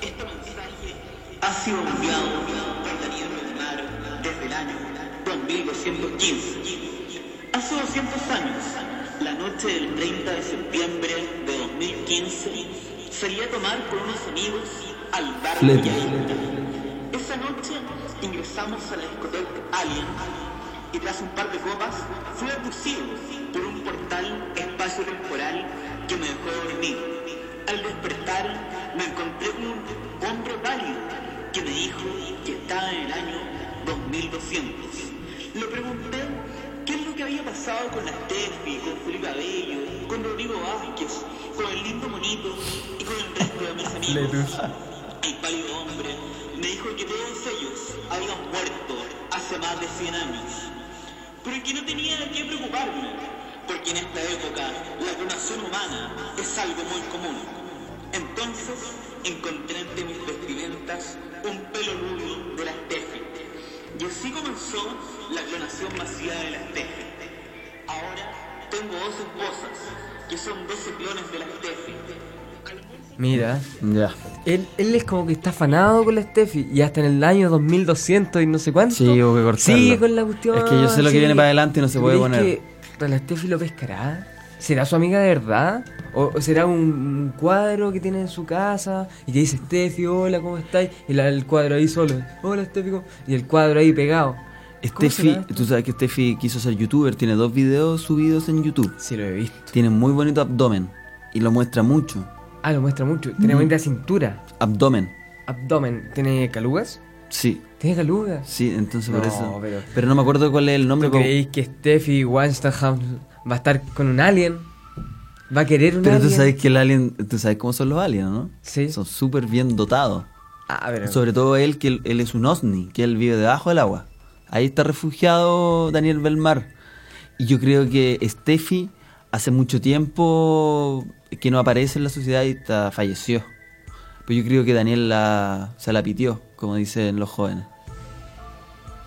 G: Este mensaje ha sido enviado por Daniel Belmar desde el año 2915. Hace 200 años, la noche del 30 de septiembre de 2015, sería tomar con unos amigos al bar de
C: Fletes.
G: Esa noche ingresamos a la discoteca Alien y tras un par de copas fui abducido por un portal espacio-temporal que me dejó dormir. Al despertar me encontré con un hombre pálido que me dijo que estaba en el año 2200. Le pregunté qué es lo que había pasado con la Steffi, con Felipe Abello, con Rodrigo Vázquez, con el lindo monito y con el resto de mis amigos. El pálido hombre me dijo que todos ellos habían muerto hace más de 100 años, pero que no tenía de qué preocuparme, porque en esta época la donación humana es algo muy común. Entonces encontré entre mis vestimentas un pelo rubio de las Steffi, y así comenzó la clonación masiva de las Steffi. Ahora tengo dos esposas, que son 12 clones de las Steffi.
A: Mira,
C: Ya.
A: él, él es como que está afanado con la Steffi y hasta en el año 2200 y no sé cuánto.
C: Sí, hubo que cortarlo.
A: Sigue con la cuestión.
C: Es que yo sé lo que
A: sigue.
C: viene para adelante y no se puede
A: ¿Crees
C: poner.
A: que puta, la Steffi lo pescará? ¿Será su amiga de verdad? ¿O o será un- un cuadro que tiene en su casa y que dice Steffi, hola, ¿cómo estáis? Y la- el cuadro ahí solo, hola Steffi, ¿cómo-?" y el cuadro ahí pegado. ¿Cómo
C: Steffi,
A: será esto?
C: tú sabes que Steffi quiso ser youtuber, tiene dos videos subidos en YouTube.
A: Sí, lo he visto.
C: Tiene muy bonito abdomen y lo muestra mucho.
A: Ah, lo muestra mucho. Tiene
C: Mm.
A: bonita cintura,
C: Abdomen,
A: abdomen. ¿Tiene calugas?
C: sí,
A: ¿Tiene calugas?
C: sí, entonces por
A: No,
C: eso.
A: pero-
C: Pero... no me acuerdo cuál es el nombre.
A: ¿Tú
C: pero-
A: creéis que Steffi Weinsteinham va a estar con un alien? ¿Va a querer un
C: Pero
A: alien?
C: tú sabes que el alien, tú sabes cómo son los aliens, ¿no?
A: Sí.
C: Son súper bien dotados.
A: Ah, pero...
C: Sobre todo él, que él, él es un OSNI, que él vive debajo del agua. Ahí está refugiado Daniel Belmar. Y yo creo que Steffi hace mucho tiempo que no aparece en la sociedad y está, falleció. Pero yo creo que Daniel la, se la pitió, como dicen los jóvenes.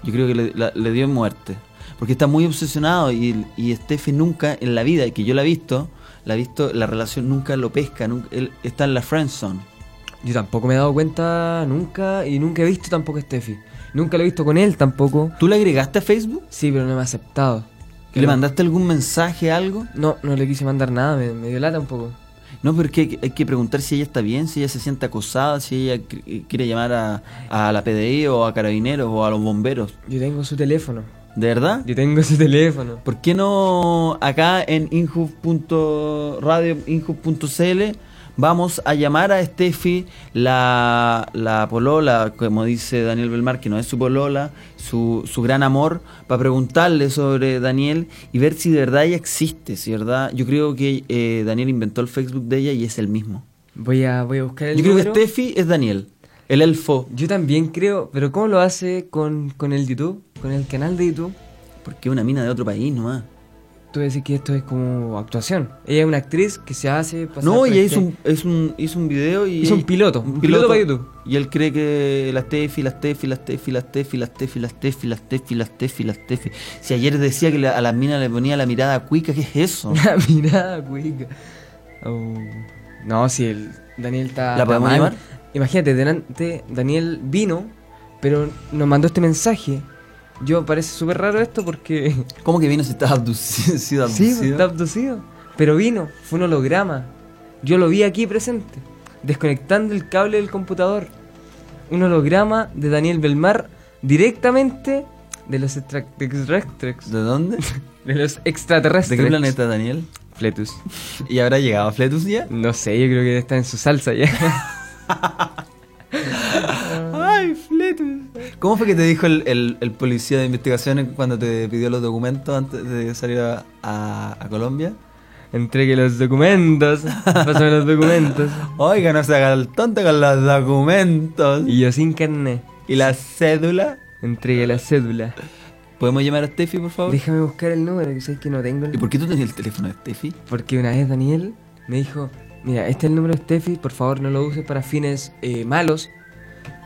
C: Yo creo que le, la- le dio muerte. Porque está muy obsesionado y, y Steffi nunca en la vida, que yo la he visto, la he visto, la relación nunca lo pesca, nunca- él está en la friend zone.
A: Yo tampoco me he dado cuenta nunca y nunca he visto tampoco a Steffi. Nunca lo he visto con él tampoco.
C: ¿Tú la agregaste a Facebook?
A: Sí, pero no me ha aceptado.
C: ¿Le mandaste algún mensaje, algo?
A: No, no le quise mandar nada, me, me dio lata un poco.
C: No, porque hay, hay que preguntar si ella está bien, si ella se siente acosada, si ella cre- quiere llamar a, a la PDI o a carabineros o a los bomberos.
A: Yo tengo su teléfono.
C: ¿De verdad?
A: Yo tengo su teléfono.
C: ¿Por qué no acá en inhub.radioinhub.cl vamos a llamar a Steffi, la, la polola, como dice Daniel Belmar, que no es su polola, su, su gran amor, para preguntarle sobre Daniel y ver si de verdad ella existe, si de verdad... Yo creo que eh, Daniel inventó el Facebook de ella y es el mismo.
A: Voy a, voy a buscar el
C: Yo creo que
A: número.
C: Steffi es Daniel, el elfo,
A: Yo también creo, pero ¿cómo lo hace con, con el YouTube? Con el canal de YouTube.
C: porque es una mina de otro país nomás.
A: Tú decís que esto es como actuación. Ella es una actriz que se hace pasar
C: No,
A: por
C: ella
A: este-
C: hizo un, es un, hizo un video y.
A: Hizo un piloto, un piloto para YouTube.
C: Y él cree que las Tefi, las Tefi, las Tefi, las Tefi, las Tefi, las Tefi, las Tefi, las Tefi, las Tefi. Si ayer decía que la- a las minas le ponía la mirada cuica, ¿qué es eso?
A: La mirada, cuica. Oh. No, si el Daniel está.
C: ¿La podemos
A: está mal.
C: llamar?
A: Imagínate, delante Daniel vino, pero nos mandó este mensaje. Yo parece súper raro esto porque.
C: ¿Cómo que vino si estaba abducido? sido
A: Sí, pues,
C: abducido?
A: está abducido. Pero vino, fue un holograma. Yo lo vi aquí presente, desconectando el cable del computador. Un holograma de Daniel Belmar directamente de los extra- de extraterrestres.
C: ¿De dónde?
A: De los
C: ¿De
A: extraterrestres.
C: qué planeta, Daniel?
A: Fletus.
C: ¿Y habrá llegado a Fletus ya?
A: No sé, yo creo que está en su salsa ya.
C: ¡Ay, Fletus! ¿Cómo fue que te dijo el, el- el policía de investigaciones cuando te pidió los documentos antes de salir a, a- a Colombia?
A: Entregue los documentos. Pásame los documentos.
C: Oiga, no se haga el tonto con los documentos.
A: Y yo sin carnet.
C: ¿Y la cédula?
A: Entregue la cédula.
C: ¿Podemos llamar a Steffi, por favor?
A: Déjame buscar el número, que sabes que no tengo el
C: ¿Y por qué tú tenías el teléfono de Steffi?
A: Porque una vez Daniel me dijo, mira, este es el número de Steffi, por favor no lo uses para fines eh, malos,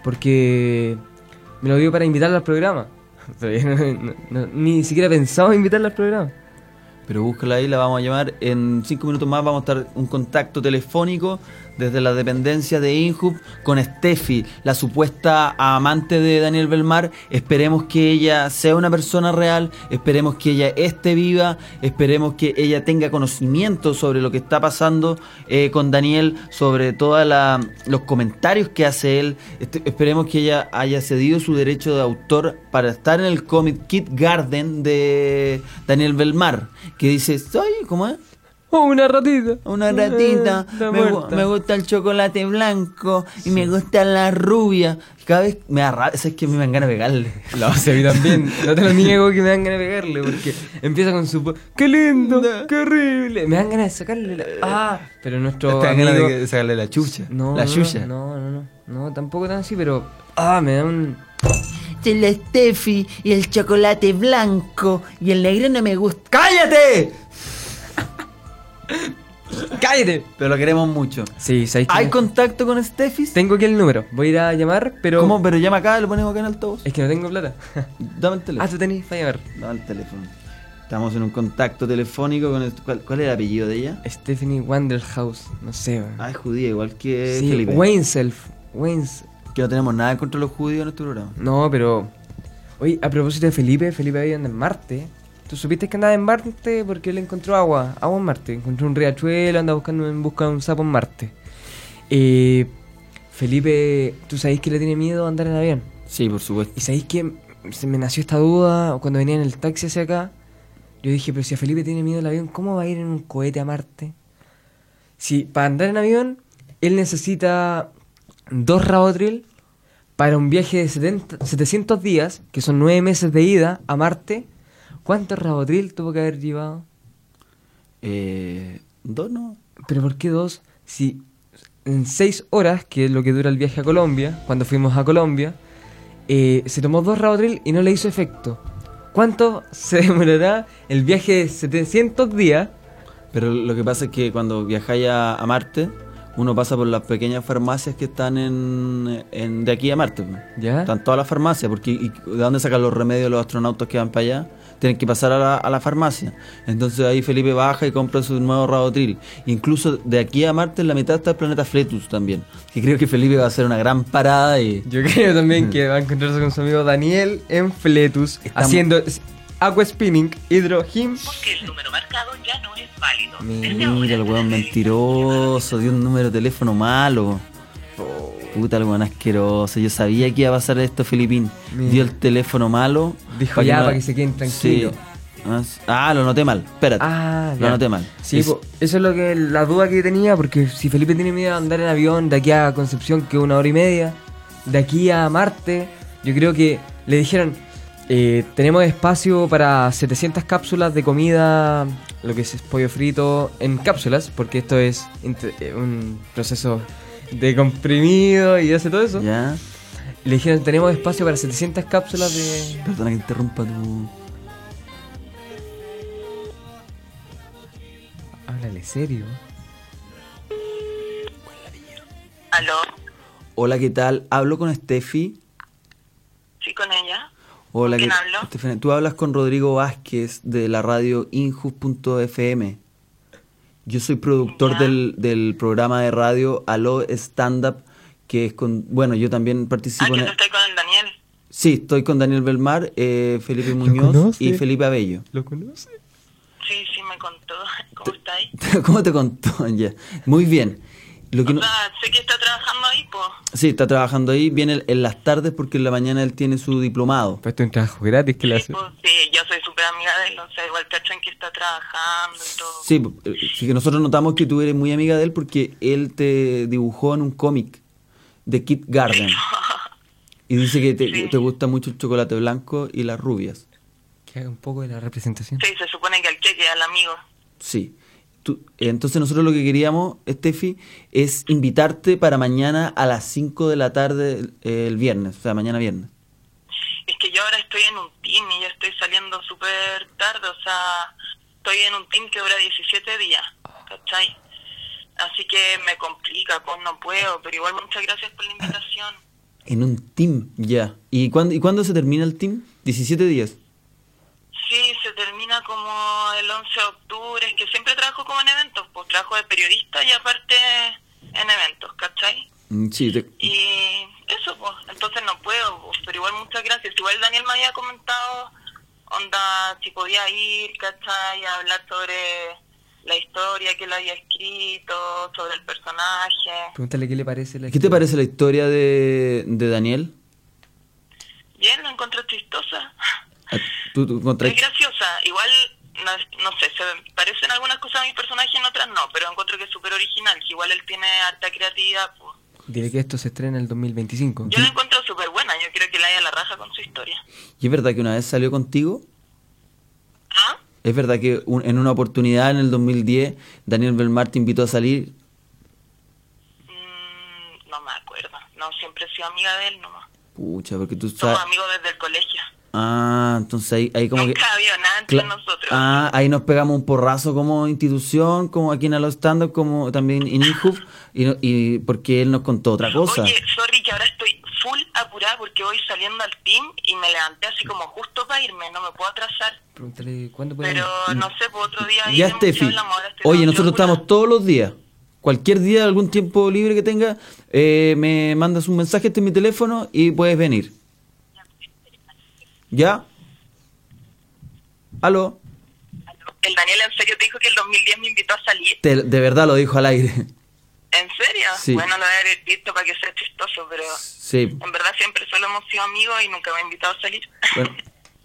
A: porque me lo dio para invitarla al programa. Pero yo no- no- no- ni siquiera pensaba invitarla al programa.
C: Pero búscala ahí, la vamos a llamar. En cinco minutos más vamos a estar un contacto telefónico desde la dependencia de Inhub con Steffi, la supuesta amante de Daniel Belmar. Esperemos que ella sea una persona real, esperemos que ella esté viva, esperemos que ella tenga conocimiento sobre lo que está pasando eh, con Daniel, sobre todos los comentarios que hace él. Este- esperemos que ella haya cedido su derecho de autor para estar en el cómic Kid Garden de Daniel Belmar, que dice, soy, ¿cómo es?
A: ¡Oh, una ratita!
C: Una ratita,
A: Eh, está
C: me, gu-
A: muerta.
C: me gusta el chocolate blanco y me gusta la rubia. Cada vez me da rabia, es que me dan ganas de pegarle.
A: Lo hace a mí también. No te lo niego que me dan ganas de pegarle, porque empieza con su... po- ¡Qué lindo! ¡Qué horrible! Me dan ganas de sacarle la... ¡Ah! Pero nuestro
C: Te dan ganas
A: amigo-
C: de que- sacarle la chucha.
A: No,
C: la
A: no,
C: chucha.
A: No, no, no, no. No, tampoco tan así, pero... ¡Ah! Me da un...
C: De la Steffi y el chocolate blanco y el negro no me gusta. ¡Cállate!
A: ¡Cállate!
C: Pero lo queremos mucho.
A: Sí, ¿sabes qué?
C: ¿Hay contacto con Steffi?
A: Tengo aquí el número. Voy a ir a llamar, pero.
C: ¿Cómo? Pero llama acá, lo ponemos acá en altavoz.
A: Es que no tengo plata.
C: Dame el teléfono.
A: ah, tú tenés para llamar.
C: Dame el teléfono. Estamos en un contacto telefónico con... el- ¿cuál, cuál era el apellido de ella?
A: Stephanie Wanderhouse. No sé, weón.
C: Ah, es judía, igual que
A: sí,
C: Felipe.
A: Wayneself. Waynes.
C: Que no tenemos nada contra los judíos en este programa.
A: No, pero. Oye, a propósito de Felipe, Felipe ahí anda en Marte. ¿Tú supiste que andaba en Marte? Porque él encontró agua. Agua en Marte. Encontró un riachuelo, anda buscando en busca de un sapo en Marte. Eh, Felipe, ¿tú sabés que le tiene miedo andar en avión?
C: Sí, por supuesto.
A: pues, Y sabéis que se me nació esta duda cuando venía en el taxi hacia acá. Yo dije, pero si a Felipe tiene miedo al avión, ¿cómo va a ir en un cohete a Marte? Si para andar en avión, él necesita dos Rabotril para un viaje de 70 700 días, que son nueve meses de ida a Marte. ¿Cuántos Rabotril tuvo que haber llevado?
C: Eh, ¿Dos no?
A: Pero ¿por qué dos? Si en seis horas, que es lo que dura el viaje a Colombia, cuando fuimos a Colombia, eh, se tomó dos Rabotril y no le hizo efecto. ¿Cuánto se demorará el viaje de 700 días?
C: Pero lo que pasa es que cuando viajáis a, a Marte, uno pasa por las pequeñas farmacias que están en, en- de aquí a Marte. pues.
A: ¿Ya?
C: Están todas las farmacias, porque y- ¿de dónde sacan los remedios los astronautas que van para allá? Tienen que pasar a la, a la farmacia. Entonces ahí Felipe baja y compra su nuevo Rabotril. Incluso de aquí a Marte, en la mitad está el planeta Fletus también. Que creo que Felipe va a hacer una gran parada y...
A: Yo creo también que va a encontrarse con su amigo Daniel en Fletus,
C: Estamos-
A: haciendo, Aqua Spinning, Hydro Him.
H: Porque el número marcado ya no es válido. Desde
C: Mira,
H: ahora,
C: el weón mentiroso, dio un número de teléfono malo. Puta, el weón asqueroso. Yo sabía que iba a pasar esto, Filipín.
A: Mira.
C: Dio el teléfono malo.
A: Dijo ya, para que se queden tranquilos.
C: Sí. Ah, s- Ah, lo noté mal. Espérate.
A: Ah,
C: lo
A: ya.
C: noté mal.
A: Sí,
C: Es-
A: po, eso es lo que la duda que tenía, porque si Felipe tiene miedo a andar en avión de aquí a Concepción, que es una hora y media, de aquí a Marte, yo creo que le dijeron, eh, tenemos espacio para 700 cápsulas de comida, lo que es pollo frito, en cápsulas, porque esto es inte- eh, un proceso de comprimido y hace todo eso.
C: Ya.
A: Le dijeron, tenemos espacio para 700 cápsulas de...
C: Perdona que interrumpa tu.
A: Háblale serio.
H: ¿Aló?
C: Hola, ¿qué tal? Hablo con Steffi.
H: ¿Sí con ella?
C: Hola,
H: ¿Con
C: ¿qué
H: quién hablo?
C: Estefania, tú hablas con Rodrigo Vázquez de la radio Injust.fm. Yo soy productor
H: Ya.
C: del, del programa de radio Aló Stand Up, que es con. Bueno, yo también
H: ah,
C: participo
H: que
C: en.
H: tú
C: el-
H: estás con el Daniel.
C: Sí, estoy con Daniel Belmar, eh, Felipe Muñoz
A: conoce?
C: y Felipe Abello.
A: ¿Lo conoce?
H: Sí, sí, me contó. ¿Cómo está ahí?
C: ¿Cómo te contó? Ya. Muy bien. Lo que
H: O
C: no-
H: sea, sé que está trabajando ahí, pues.
C: Sí, está trabajando ahí, viene en las tardes porque en la mañana él tiene su diplomado.
A: Pues esto es un trabajo gratis que le
H: Sí,
A: hace.
H: po, pues, sí, yo soy súper amiga de él, o sea, igual cachan que está trabajando y todo.
C: Sí, eh, sí que nosotros notamos que tú eres muy amiga de él porque él te dibujó en un cómic de Kit Garden. Y dice que te,
H: Sí.
C: te gusta mucho el chocolate blanco y las rubias.
A: Que haga un poco de la representación.
H: Sí, se supone que al cheque, al amigo.
C: Sí. Tú- eh, entonces nosotros lo que queríamos, Steffi, es invitarte para mañana a las 5 de la tarde eh, el viernes, o sea, mañana viernes.
H: Es que yo ahora estoy en un team y yo estoy saliendo súper tarde, o sea, estoy en un team que dura 17 días, ¿cachai? Así que me complica, pues no puedo, pero igual muchas gracias por la invitación.
C: En un team, ya. ¿Y, cuándo, ¿Y cuándo se termina el team? 17 días.
H: Sí, se termina como el 11 de octubre, es que siempre trabajo como en eventos, pues trabajo de periodista y aparte en eventos, ¿cachai?
C: Mm, Sí, te-
H: Y eso, pues, entonces no puedo, pues, pero igual muchas gracias. Igual Daniel me había comentado, onda, si podía ir, ¿cachai? A hablar sobre la historia que él había escrito, sobre el personaje.
A: Pregúntale qué le parece la
C: ¿Qué te parece la historia de, de Daniel?
H: Bien, la encontré chistosa.
C: Ah, ¿Tú, tú encontrás-
H: Es graciosa. Igual, no, no sé, se parecen algunas cosas a mi personaje, en otras no, pero encuentro que es súper original, que igual él tiene harta creatividad, pues.
A: Diré que esto se estrena el 2025.
H: Yo la encuentro súper buena, yo creo que la haya la raja con su historia.
C: ¿Y es verdad que una vez salió contigo?
H: ¿Ah?
C: ¿Es verdad que un- en una oportunidad en el 2010 Daniel Belmar te invitó a salir?
H: Mm, no me acuerdo. No, siempre he sido amiga de él nomás.
C: Pucha, porque tú
H: Somos
C: sabes...
H: amigos desde el colegio.
C: Ah, entonces ahí, ahí como
H: Nunca
C: que...
H: había nada entre
C: Cla-
H: nosotros.
C: Ah, ahí nos pegamos un porrazo como institución, como aquí en Alo Stand Up, como también en Inhub, y, no- y porque él nos contó otra cosa.
H: Oye, sorry que ahora estoy full apurada porque voy saliendo al team y me levanté así como justo para irme, no me puedo atrasar.
A: Pregúntale cuándo puede
H: Pero no sé, pues otro día
C: ya,
H: iremos y
C: Steffi.
H: hablamos, este ahora estoy
C: Oye,
H: todo
C: nosotros
H: apurada.
C: estamos todos los días. Cualquier día, algún tiempo libre que tenga, eh, me mandas un mensaje, este es mi teléfono y puedes venir. ¿Ya? ¿Aló?
H: El Daniel en serio te dijo que el 2010 me invitó a salir.
C: Te- de verdad lo dijo al aire.
H: ¿En serio?
C: Sí.
H: Bueno, lo voy a haber visto para que sea chistoso, pero
C: Sí.
H: en verdad siempre solo hemos sido amigos y nunca me ha invitado a salir.
C: Bueno,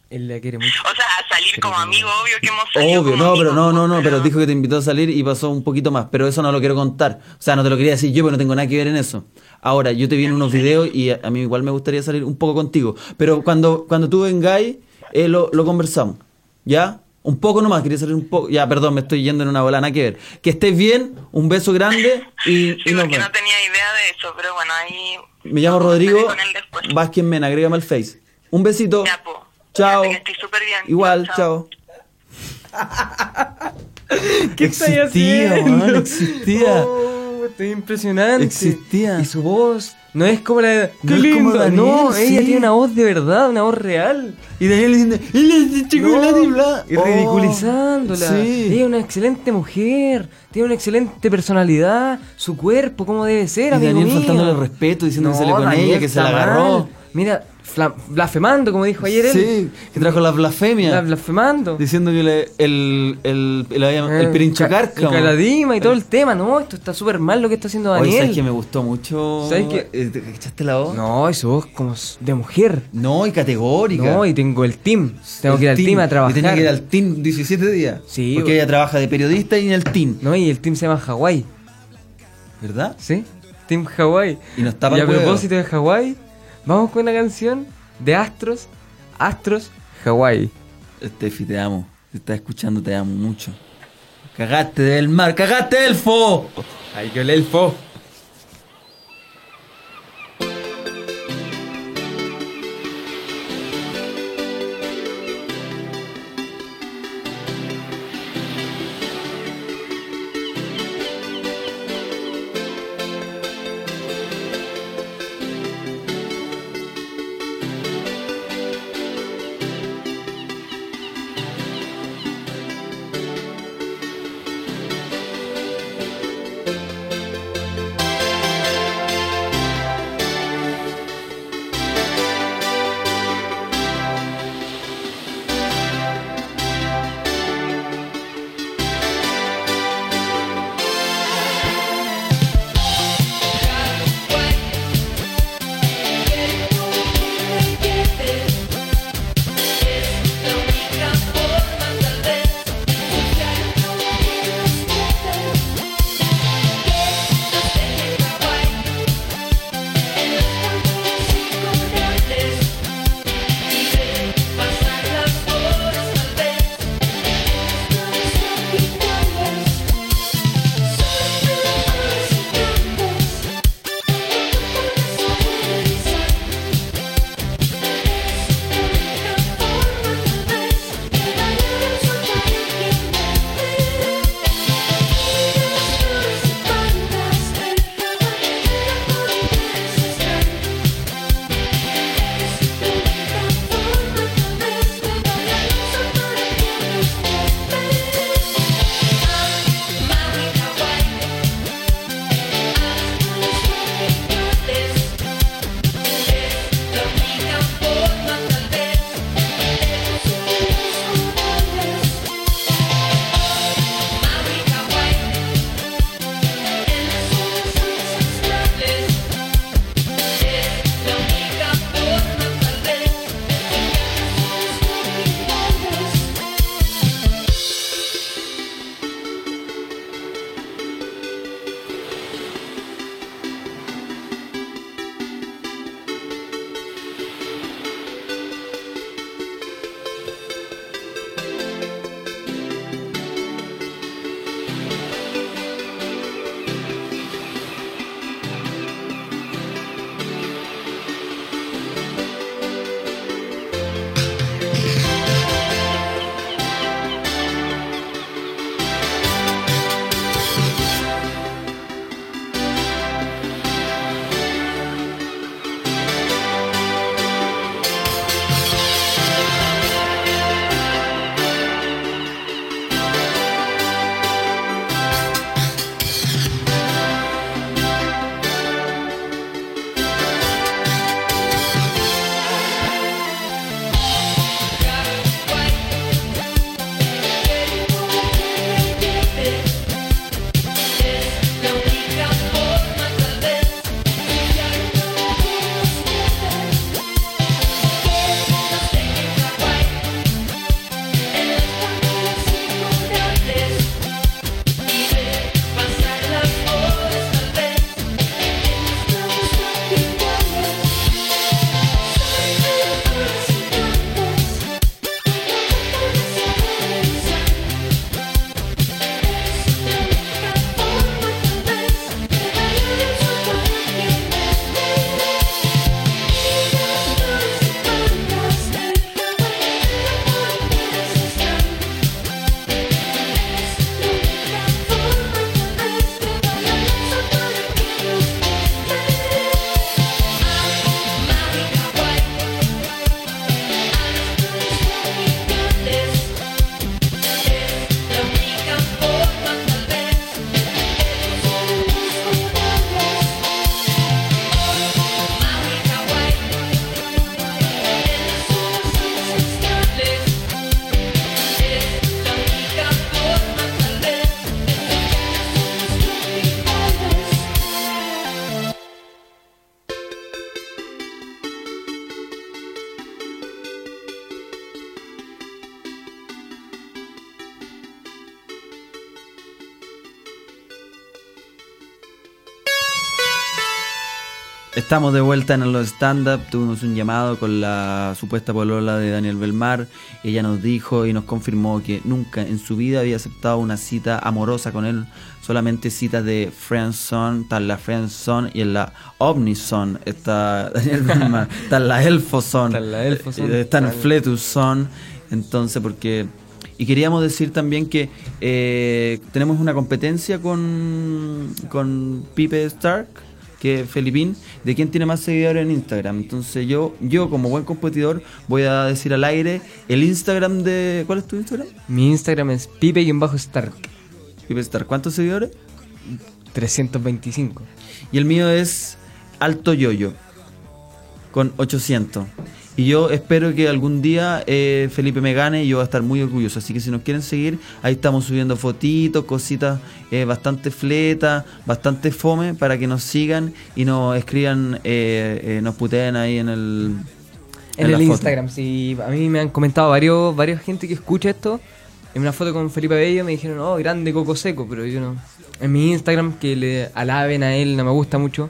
A: Él la quiere mucho.
H: O sea, a salir como amigo, obvio que hemos salido.
C: obvio,
H: como
C: no, pero
H: amigos,
C: no, no, no, pero dijo que te invitó a salir y pasó un poquito más, pero eso no lo quiero contar. O sea, no te lo quería decir yo, pero no tengo nada que ver en eso. Ahora, yo te vi en unos videos y a, a mí igual me gustaría salir un poco contigo, pero cuando, cuando tú vengáis, eh, lo, lo conversamos, ¿ya? Un poco nomás, quería salir un poco. Ya, perdón, me estoy yendo en una bola, nada que ver. Que estés bien, un beso grande y,
H: Sí,
C: y nos
H: porque
C: vemos.
H: no tenía idea de eso, pero bueno, ahí...
C: Me llamo Rodrigo
H: Con él después.
C: Vázquez Mena, agrégame al Face. Un besito.
H: Ya, po.
C: Chao.
H: Fíjate que estoy súper bien.
C: Igual,
H: Chao,
C: chao.
H: chao.
A: estáis
C: existía,
A: haciendo?
C: weón, existía.
A: Oh, esto es impresionante.
C: Existía.
A: Y su voz no es como la de.
C: No es como Daniel,
A: no,
C: sí.
A: ella tiene una voz de verdad, una voz real.
C: Y Daniel diciendo, él es de chocolate
A: No,
C: bla-
A: Y
C: Oh,
A: ridiculizándola.
C: Sí.
A: Ella es una excelente mujer, tiene una excelente personalidad, su cuerpo, cómo debe ser,
C: Y
A: amigo
C: Daniel
A: mío.
C: faltándole el respeto, diciendo que
A: No,
C: se le con
A: Daniel
C: ella, que se la
A: está
C: agarró.
A: mal. Mira, fla- blasfemando, como dijo ayer él.
C: Sí, que trajo la blasfemia.
A: Bla- Blasfemando.
C: Diciendo que le- el, el, el, el,
A: Eh,
C: pirincho
A: ca-
C: cárcamo.
A: y Caladima y todo el tema, no, esto está súper mal lo que está haciendo
C: Oye,
A: Daniel.
C: ¿sabes que me gustó mucho?
A: ¿Sabes qué?
C: Eh, ¿te cachaste la voz?
A: No, eso voz como s- de mujer.
C: No, y categórica.
A: No, y tengo el team. Tengo
C: El
A: que ir al team, a
C: Y tenía
A: trabajar.
C: que ir al team 17 días.
A: Sí,
C: Porque
A: güey.
C: ella trabaja de periodista y en el team.
A: No, y el team se llama Hawái,
C: ¿Verdad?
A: ¿sí? Team Hawái.
C: Y nos tapa
A: Y a
C: el huevo.
A: propósito de Hawái, vamos con una canción de Astros, Astros, Hawái.
C: Steffi, te amo. Si estás escuchando, te amo mucho. Cagaste del mar, cagaste del fo.
A: Ay, que el elfo.
D: Thank
C: Estamos de vuelta en los stand-up. Tuvimos un llamado con la supuesta polola de Daniel Belmar. Ella nos dijo y nos confirmó que nunca en su vida había aceptado una cita amorosa con él. Solamente citas de Friendzone, tal la Friendzone y en la Omnizone está Daniel Belmar, tal la Elfozone,
A: Está en la Elfozone.
C: eh, está en
A: Tal.
C: Fletuson. Entonces, porque. Y queríamos decir también que eh, tenemos una competencia con, con Pipe Stark, que es Felipín, de quién tiene más seguidores en Instagram. Entonces, yo, yo como buen competidor, voy a decir al aire el Instagram de. ¿Cuál es tu Instagram?
A: Mi Instagram es pipe-stark.
C: Pipe Stark. ¿Cuántos seguidores?
A: 325.
C: Y el mío es Alto Yoyo, con 800. Y yo espero que algún día eh, Felipe me gane y yo voy a estar muy orgulloso. Así que si nos quieren seguir, ahí estamos subiendo fotitos, cositas eh, bastante fletas, bastante fome, para que nos sigan y nos escriban, eh, eh, nos puteen ahí en el...
A: En,
C: la
A: el
C: foto.
A: Instagram, sí. A mí me han comentado varios, varios gente que escucha esto. En una foto con Felipe Bello me dijeron, oh, grande coco seco, pero yo no. En mi Instagram, que le alaben a él, no me gusta mucho.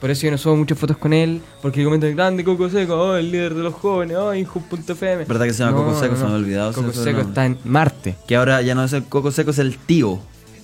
A: Por eso yo no subo muchas fotos con él, porque comentan, grande coco seco, oh, el líder de los jóvenes, oh, injusto.fm.
C: ¿Verdad que se llama Coco Seco? Se me había olvidado
A: Coco
C: ese
A: seco
C: nombre.
A: está en Marte,
C: Que ahora ya no es el Coco Seco, es el tío.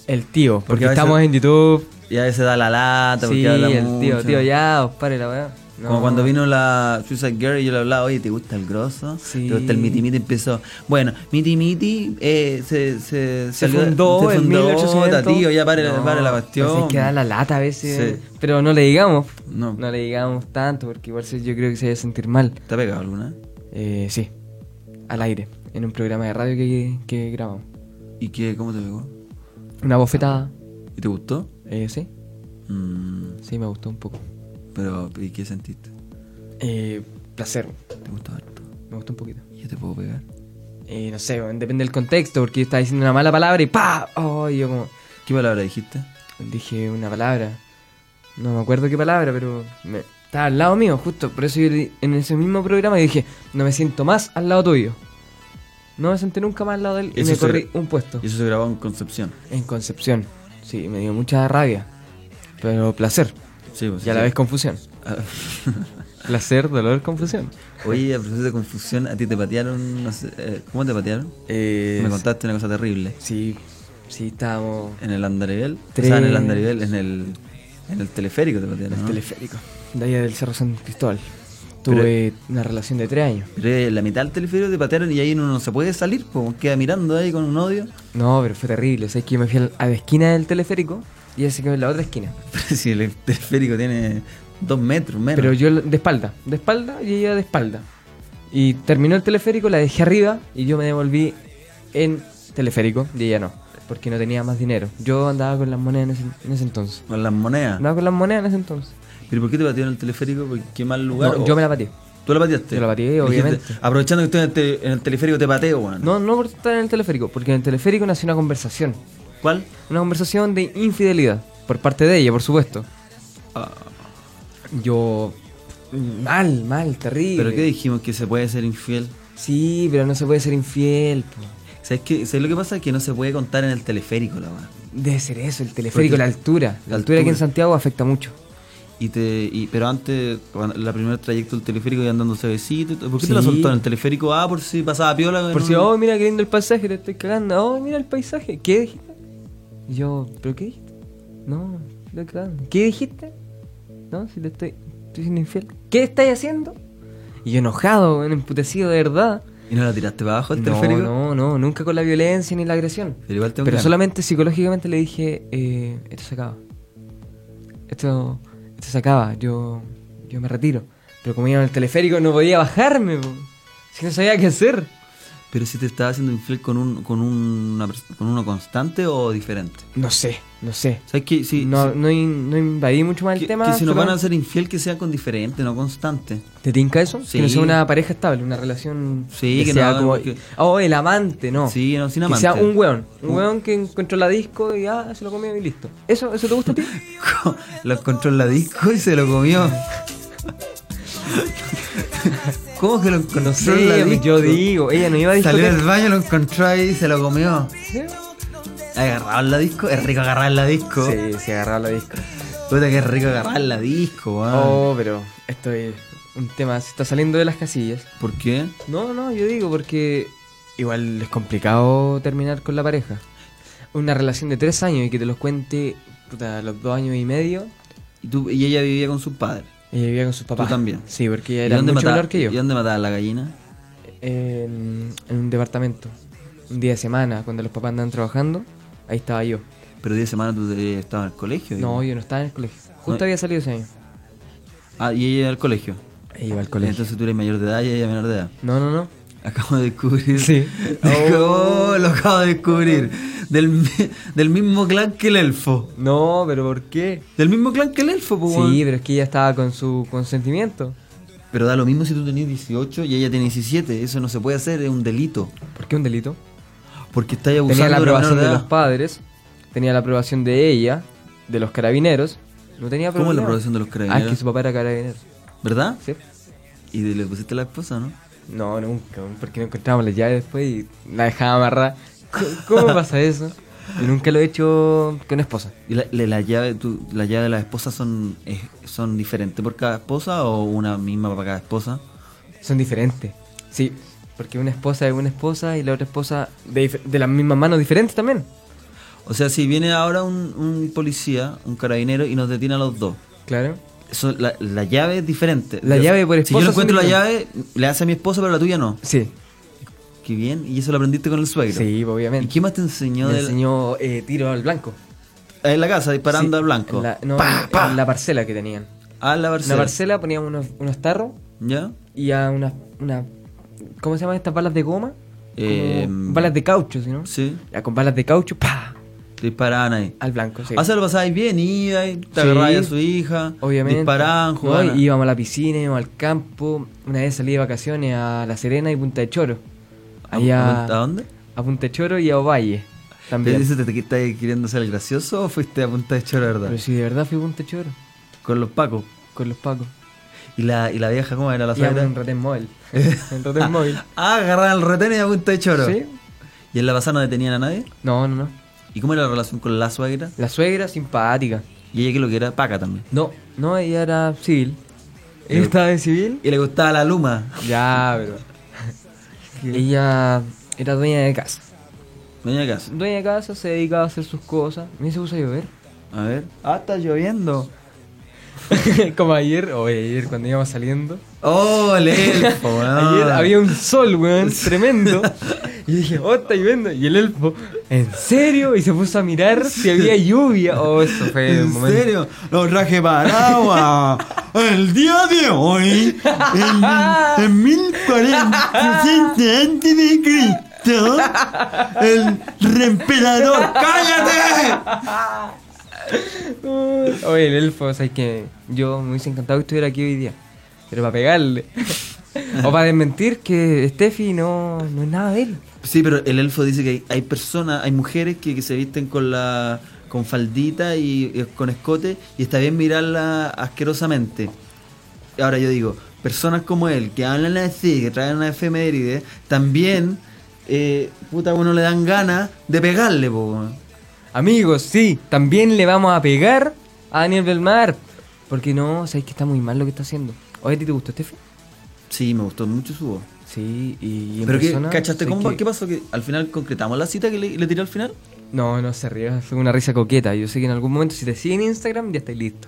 A: el tío, porque,
C: Porque a veces-
A: estamos en YouTube.
C: Y a veces da la lata,
A: Sí,
C: porque habla
A: el tío,
C: mucho.
A: tío, ya, os pare la weá. No.
C: Como cuando vino la Suicide Girl y yo le hablaba, oye, ¿te gusta el grosso?
A: Sí.
C: ¿Te gusta el miti miti? Empezó, bueno, miti miti eh, se, se,
A: Se
C: salió-
A: fundó
C: se
A: en
C: fundó,
A: 1800.
C: ta, tío, ya pare, pare la
A: Pues
C: cuestión.
A: es que da la lata a veces. eh.
C: Sí.
A: Pero no le digamos.
C: No.
A: No. le digamos tanto porque igual se- yo creo que se va a sentir mal.
C: ¿Te ha pegado alguna?
A: Eh, sí. Al aire. En un programa de radio que, que grabamos.
C: ¿Y qué, cómo te pegó?
A: Una bofetada.
C: ¿Y te gustó?
A: Eh, sí.
C: Mm,
A: Sí, me gustó un poco.
C: pero, ¿y qué sentiste?
A: Eh, placer.
C: ¿Te gustó harto?
A: Me gustó un poquito.
C: ¿Yo te puedo pegar?
A: Eh, no sé, bueno, depende del contexto porque yo estaba diciendo una mala palabra y ¡pa! Oh, y yo como.
C: ¿Qué palabra dijiste?
A: Dije una palabra. No me acuerdo qué palabra, pero me- estaba al lado mío, justo. Por eso yo le- en ese mismo programa yo dije, no me siento más al lado tuyo. No me senté nunca más al lado de él y
C: Eso
A: me
C: se-
A: corrí un puesto.
C: Y eso se grabó en Concepción.
A: En Concepción. Sí, me dio mucha rabia. Pero placer.
C: Sí, pues.
A: Y a la
C: sí. Ah.
A: vez confusión. Placer, dolor, confusión.
C: Oye, a propósito de confusión, ¿a ti te patearon? No sé, eh, ¿Cómo te patearon?
A: Eh,
C: Me contaste una cosa terrible.
A: sí, sí, estábamos
C: En el andarivel.
A: Tres.
C: O sea, en el andarivel, en el, en el teleférico te patearon.
A: en el
C: ¿no?
A: teleférico. De allá del Cerro San Cristóbal. Tuve una relación de tres años.
C: Pero en la mitad del teleférico te patearon y ahí uno no se puede salir, pues queda mirando ahí con un odio.
A: No, pero fue terrible. O sea, es que yo me fui al- a la esquina del teleférico y ella se quedó en la otra esquina.
C: Pero si el teleférico tiene dos metros menos.
A: Pero yo de espalda, de espalda y ella de espalda. Y terminó el teleférico, la dejé arriba y yo me devolví en teleférico y ella no, porque no tenía más dinero. Yo andaba con las monedas en ese, en ese entonces.
C: Con las monedas.
A: Andaba con las monedas en ese entonces.
C: ¿Pero por qué te patearon el teleférico? ¿Por qué mal lugar?
A: No,
C: ¿O
A: yo me la pateé.
C: ¿Tú la pateaste?
A: Yo la pateé,
C: Dijiste,
A: obviamente.
C: Aprovechando que estoy en el, te- en el teleférico te pateo, weón.
A: No, no por estar en el teleférico, porque en el teleférico nació una conversación.
C: ¿Cuál?
A: Una conversación de infidelidad, por parte de ella, por supuesto. Ah, Yo... Mal, mal, terrible.
C: ¿Pero qué dijimos? ¿Que se puede ser infiel?
A: Sí, pero no se puede ser infiel. po.
C: ¿Sabes qué? ¿Sabes lo que pasa? Que no se puede contar en el teleférico, la weón.
A: Debe ser eso, el teleférico,
C: Porque-
A: la altura. La,
C: la
A: altura aquí en
C: altura.
A: Santiago afecta mucho.
C: Y te, y, pero antes, cuando- la primera trayecto del teleférico iban dándose besitos. y todo. ¿Por qué
A: Sí.
C: te la soltó en el teleférico? Ah, por si pasaba piola. en
A: Por si,
C: un-
A: oh, mira qué lindo el paisaje, te estoy cagando. Oh, mira el paisaje. ¿Qué dijiste? Y Yo, ¿pero qué dijiste? No, estoy cagando. ¿Qué dijiste? No, si te estoy, estoy siendo infiel. ¿Qué estáis haciendo? Y yo enojado, weón, emputecido de verdad.
C: ¿Y no la tiraste para abajo el
A: No,
C: teleférico?
A: no, no, nunca con la violencia ni la agresión.
C: Pero igual tengo
A: Pero
C: que-
A: solamente psicológicamente le dije, eh, esto se acaba. Esto, esto se acaba, yo, yo me retiro. Pero como iba en el teleférico no podía bajarme, po. si no sabía qué hacer.
C: Pero si te estaba haciendo infiel con, un, con, una pers- con uno constante o diferente.
A: No sé, no sé.
C: ¿Sabes qué? Si,
A: no,
C: si-
A: no, in- no invadí mucho más el
C: que,
A: tema.
C: que si
A: solo-
C: nos van a hacer infiel, que sea con diferente, no constante.
A: ¿Te tinca eso?
C: Sí.
A: Que no sea una pareja estable, una relación
C: Sí, que
A: sea
C: no,
A: como...
C: que-
A: Oh, el amante, no.
C: Sí, no, sin
A: que
C: amante.
A: sea un weón. Un weón que encontró la disco y ya se lo comió y listo. ¿Eso, ¿Eso te gusta a ti?
C: lo encontró en la disco y se lo comió. ¿Cómo que lo encontró
A: No
C: en la
A: sé,
C: disco?
A: yo digo, ella no iba a
C: Salió
A: discoteca.
C: del baño, lo encontró ahí y se lo comió. ¿Agarrado en la disco? Es rico agarrar en la disco.
A: Sí, se agarraba la disco.
C: Puta, que rico agarrar la disco, weón.
A: Oh, pero esto es un tema, se está saliendo de las casillas.
C: ¿Por qué?
A: No, no, yo digo porque igual es complicado terminar con la pareja. Una relación de tres años y que te los cuente puta, a los dos años y medio.
C: Y, tú, y ella vivía con sus padres.
A: Ella vivía con sus papás.
C: también.
A: Sí, porque ella
C: ¿Y
A: era
C: dónde
A: mucho
C: mataba-
A: menor que yo.
C: ¿Y dónde mataban la gallina?
A: En, en un departamento. Un día de semana, cuando los papás andaban trabajando, ahí estaba yo.
C: Pero 10 semanas tú te- estabas en el colegio.
A: No,
C: digamos.
A: yo no estaba en el colegio. Justo
C: No.
A: había salido ese año.
C: Ah, y ella al colegio.
A: E iba al colegio.
C: Entonces tú eres mayor de edad y ella menor de edad.
A: No, no, no.
C: Acabo de descubrir.
A: Sí.
C: Oh, lo acabo de descubrir. Del, mi- del mismo clan que el elfo.
A: No, pero ¿por qué?
C: Del mismo clan que el elfo, po,
A: Sí,
C: weón.
A: pero es que ella estaba con su consentimiento.
C: Pero da lo mismo si tú tenías 18 y ella tiene 17. Eso no se puede hacer, es un delito.
A: ¿Por qué un delito?
C: Porque estáis abusando
A: Tenía la
C: de una menor
A: aprobación
C: de
A: de
C: edad.
A: los padres, tenía la aprobación de ella, de los carabineros. No tenía
C: ¿Cómo es
A: problema.
C: la aprobación de los carabineros?
A: Ah, es que su papá era carabinero.
C: ¿Verdad?
A: ¿Sí?
C: Y le pusiste a la esposa, ¿no?
A: No, nunca, porque no encontrábamos la llave después y la dejaba amarrada. ¿Cómo cómo pasa eso? Yo nunca lo he hecho con una esposa.
C: ¿Y la, la- la llave, tú- la llave de las esposas son, es- son diferentes por cada esposa o una misma para cada esposa?
A: Son diferentes. Sí, porque una esposa es una esposa y la otra esposa de, dif- de las mismas manos diferentes también.
C: O sea, si viene ahora un, un policía, un carabinero, y nos detiene a los dos.
A: Claro.
C: Eso- la, la llave es diferente.
A: La llave por
C: Si yo
A: esposa
C: no encuentro la
A: son
C: llave, le hace a mi esposa, pero la tuya no.
A: Sí,
C: Qué bien. Y eso lo aprendiste con el suegro.
A: sí,
C: ¿Y
A: obviamente.
C: qué más te enseñó?
A: Me
C: de la-
A: enseñó eh, tiro al blanco.
C: en la casa, disparando
A: Sí,
C: al blanco.
A: en la- no,
C: Pa,
A: en-
C: pa.
A: en la parcela que tenían.
C: A la
A: En
C: parcela.
A: la parcela poníamos unos, unos tarros
C: ¿Ya?
A: y a unas. Una, ¿Cómo se llaman estas balas de goma? Como
C: Eh,
A: balas de caucho, ¿sí, ¿no?
C: Sí.
A: Ya con balas de caucho, ¡pa!
C: Te disparaban ahí.
A: Al blanco, Ah, sí.
C: O sea, lo pasáis bien, ibais, te
A: Sí.
C: agarráis a su hija,
A: Obviamente.
C: disparaban,
A: No,
C: jugaban.
A: y íbamos a la piscina, íbamos al campo. Una vez salí de vacaciones a La Serena y Punta de Choro.
C: ¿A-
A: Allá
C: ¿A dónde?
A: a Punta de Choro y a Ovalle. También.
C: ¿Te, te, estás queriendo ser el gracioso o fuiste a punta de choro, verdad?
A: Pero si de verdad fui a Punta de Choro
C: Con los pacos.
A: con los pacos.
C: ¿Y la, y la vieja cómo era la
A: Y a
C: suegra?
A: un retén móvil. un retén móvil.
C: Ah, agarraban el retén y a punta de choro.
A: ¿Sí?
C: ¿Y en la pasada no detenían a nadie?
A: No, no, no.
C: ¿Y cómo era la relación con la suegra?
A: La suegra simpática.
C: ¿Y ella que lo que era? Paca también.
A: No, no, ella era civil. Ella
C: Yo-
A: estaba de civil.
C: ¿Y le gustaba la luma?
A: Ya, pero. ella era dueña de casa.
C: Doña casa.
A: Dueña de casa se dedicaba a hacer sus cosas. A mí se puso a llover.
C: A ver. Ah, está lloviendo.
A: Como ayer, o ayer cuando íbamos saliendo.
C: ¡Oh, el elfo! weón.
A: Ayer había un sol, weón, tremendo. Y dije, oh, está lloviendo. Y el elfo, ¿en serio? Y se puso a mirar si había lluvia. Oh, eso fue un
C: ¿En
A: momento.
C: serio? Lo traje paraguas. El día de hoy, en, en 1047 antes de Cristo, el reemperador. ¡Cállate!
A: Oye, el elfo, o sea, es que yo me hubiese encantado que estuviera aquí hoy día. Pero para pegarle. o para desmentir que Steffi no, no es nada de él.
C: Sí, pero el elfo dice que hay, hay personas, hay mujeres que, que se visten con la con faldita y, y con escote y está bien mirarla asquerosamente. Ahora yo digo, personas como él, que hablan así, que traen una efeméride, también, eh, puta, uno le dan ganas de pegarle, po. weón.
A: Amigos, sí, también le vamos a pegar a Daniel Belmar. Porque no, o sea, es que está muy mal lo que está haciendo. Oye, ¿a ti te gustó Steffi?
C: Sí, me gustó mucho su voz.
A: Sí, y. en
C: Pero que,
A: persona,
C: ¿cachaste
A: o sea,
C: cómo?
A: que-
C: ¿Qué pasó? ¿Que al final concretamos la cita que le, le tiré al final?
A: No, no se ríe, fue una risa coqueta. Yo sé que en algún momento, si te siguen en Instagram, ya estáis listo.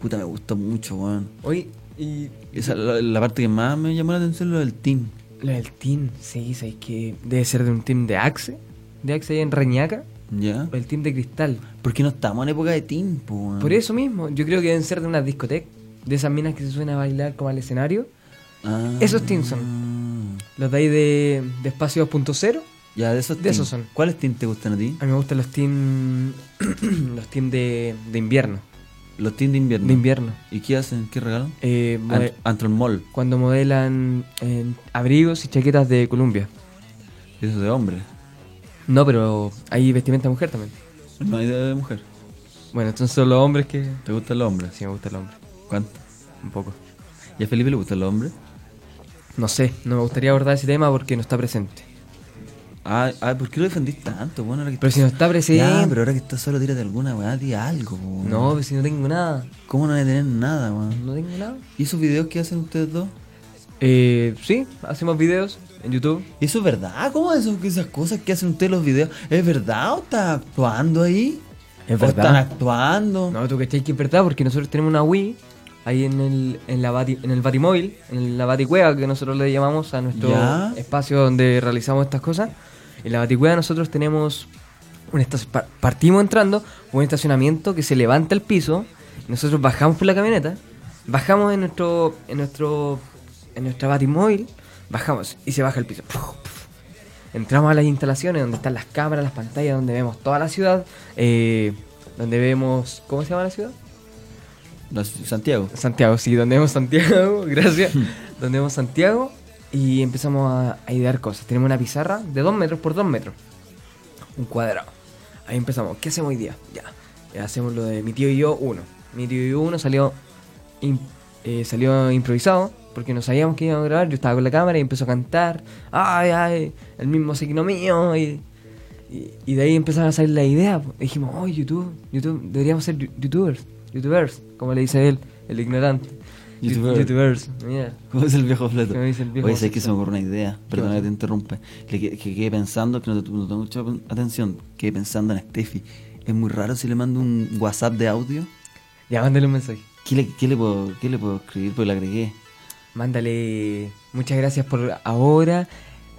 C: Puta, me gustó mucho, weón.
A: Oye, y.
C: Esa es la, la parte que más me llamó la atención, lo del team.
A: Lo del team, sí, ¿sabes que Debe ser de un team de Axe. De Axe ahí en Reñaca.
C: ¿Ya?
A: O el team de Cristal.
C: Porque no estamos en época de tiempo,
A: Por eso mismo, yo creo que deben ser de unas discotecas, de esas minas que se suelen a bailar como al escenario.
C: Ah.
A: Esos teams
C: son.
A: Los de ahí de, de Espacio 2.0.
C: Ya, de esos
A: De
C: teams.
A: esos son.
C: ¿Cuáles teams te gustan a ti?
A: A mí me gustan los team. los team de, de invierno.
C: Los teams de invierno.
A: De invierno.
C: ¿Y qué hacen? ¿Qué regalan?
A: Eh, mode-
C: Ant- Antron Mall.
A: cuando modelan eh, abrigos y chaquetas de Colombia.
C: Eso es de hombre.
A: No, pero hay vestimenta mujer también.
C: No hay de mujer.
A: Bueno, entonces son los hombres que.
C: ¿Te gustan los hombres?
A: Sí, me gusta el hombre.
C: ¿Cuánto?
A: Un poco.
C: ¿Y a Felipe le gustan los hombres?
A: No sé, no me gustaría abordar ese tema porque no está presente.
C: Ay, ay, ¿por qué lo defendís tanto, weón? Ahora que
A: Pero si no está
C: Ya,
A: presidente.
C: pero ahora que estás solo, tírate alguna, weón. Di algo, weón.
A: No, pero si no tengo nada.
C: ¿Cómo no voy a tener nada, weón?
A: No tengo nada.
C: ¿Y esos videos que hacen ustedes dos?
A: Eh, sí, hacemos videos en YouTube.
C: ¿Eso es verdad? ¿Cómo eso, que esas cosas que hacen ustedes los videos? ¿Es verdad o están actuando ahí?
A: Es
C: ¿O
A: verdad.
C: están actuando?
A: No, tú cachai que es verdad, porque nosotros tenemos una Wii ahí en el, en la bati- en el Batimóvil, en la Baticueva que nosotros le llamamos a nuestro
C: Ya.
A: espacio donde realizamos estas cosas. En la Baticueva nosotros tenemos un esta- pa- partimos entrando un estacionamiento que se levanta al piso, y nosotros bajamos por la camioneta, bajamos en nuestro en nuestro en nuestra Batimóvil, bajamos y se baja el piso. Entramos a las instalaciones donde están las cámaras, las pantallas, donde vemos toda la ciudad, eh, donde vemos... ¿Cómo se llama la ciudad?
C: No, Santiago.
A: Santiago, sí, donde vemos Santiago, gracias. donde vemos Santiago y empezamos a, a idear cosas. Tenemos una pizarra de 2 metros por 2 metros. Un cuadrado. Ahí empezamos. ¿Qué hacemos hoy día? Ya. Ya hacemos lo de mi tío y yo, uno. Mi tío y yo, uno salió, im- eh, salió improvisado porque no sabíamos que íbamos a grabar. Yo estaba con la cámara y empezó a cantar. Ay, ay, el mismo signo mío. Y, y, y de ahí empezaron a salir la idea. po. Dijimos, oh, YouTube, YouTube, deberíamos ser yu- youtubers, youtubers, como le dice él, el ignorante. Yu-
C: Youtuber.
A: Youtubers, mira.
C: ¿Cómo es el viejo plato?
A: ¿Cómo dice el viejo
C: Oye, sé
A: plato?
C: que se me ocurre una idea. Perdona que te interrumpa. Le que, que quedé pensando, que no te no tengo mucha atención. Quedé pensando en Steffi. Es muy raro si le mando un WhatsApp de audio.
A: Ya, mándale un mensaje.
C: ¿Qué le, qué le puedo, qué le puedo escribir? Pues le agregué.
A: Mándale muchas gracias por ahora.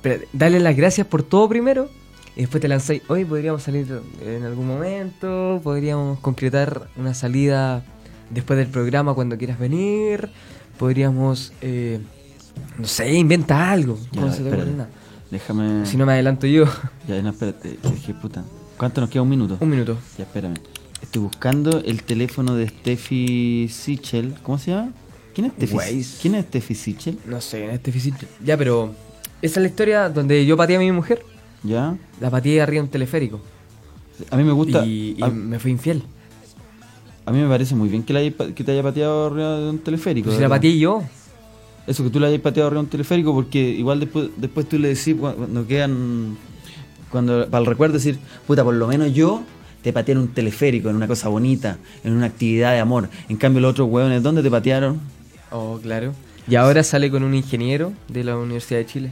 A: Pero dale las gracias por todo primero. Y después te lanzáis. Hoy podríamos salir en algún momento. Podríamos concretar una salida después del programa cuando quieras venir. Podríamos, eh, no sé, inventa algo.
C: Ya,
A: No se te ocurre
C: espérate.
A: nada.
C: Déjame.
A: Si no me adelanto yo.
C: Ya, no, espérate. Es que puta. ¿Cuánto nos queda? ¿Un minuto?
A: Un minuto.
C: Ya, espérame. Estoy buscando el teléfono de Steffi Sichel. ¿Cómo se llama? ¿Quién es Steffi?
A: Weiss.
C: ¿Quién es Steffi Sichel?
A: No sé, es difícil. Ya, pero esa es la historia donde yo pateé a mi mujer.
C: ¿Ya?
A: La pateé arriba de un teleférico.
C: A mí me gusta.
A: Y, y
C: a-
A: me fui infiel.
C: A mí me parece muy bien que, la hayas pa- que te haya pateado arriba de un teleférico.
A: Pues si la
C: de verdad.
A: pateé yo.
C: Eso, que tú la hayas pateado arriba de un teleférico, porque igual después, después tú le decís, cua- cuando quedan. cuando Para el recuerdo, decir, puta, por lo menos yo te pateé en un teleférico, en una cosa bonita, en una actividad de amor. En cambio, los otros hueones, ¿dónde te patearon?
A: Oh, claro. Y ahora sale con un ingeniero de la Universidad de Chile.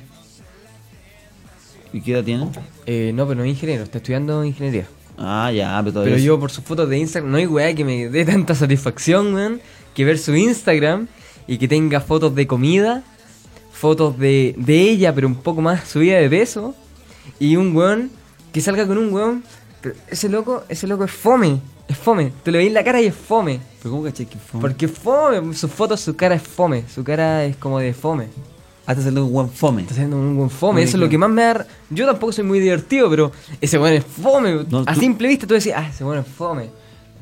C: ¿Y qué edad tienen?
A: Eh, no, pero no es ingeniero, está estudiando ingeniería.
C: Ah, ya, pero todavía.
A: Pero yo por sus fotos de Instagram, no hay weá que me dé tanta satisfacción, weón, que ver su Instagram y que tenga fotos de comida, fotos de, de ella, pero un poco más subida de peso, y un weón que salga con un weón, pero ese loco, ese loco es fome, es fome, te le veis la cara y es fome.
C: ¿Pero cómo caché que fue?
A: Porque es fome, sus fotos, su cara es fome, su cara es como de fome.
C: Hasta saliendo un guan fome.
A: Está haciendo un buen fome,
C: Muy
A: eso es lo
C: bien.
A: que más me da. Yo tampoco soy muy divertido, pero ese weón es fome.
C: No,
A: a
C: tú-
A: simple vista tú decís, ah, ese weón es fome.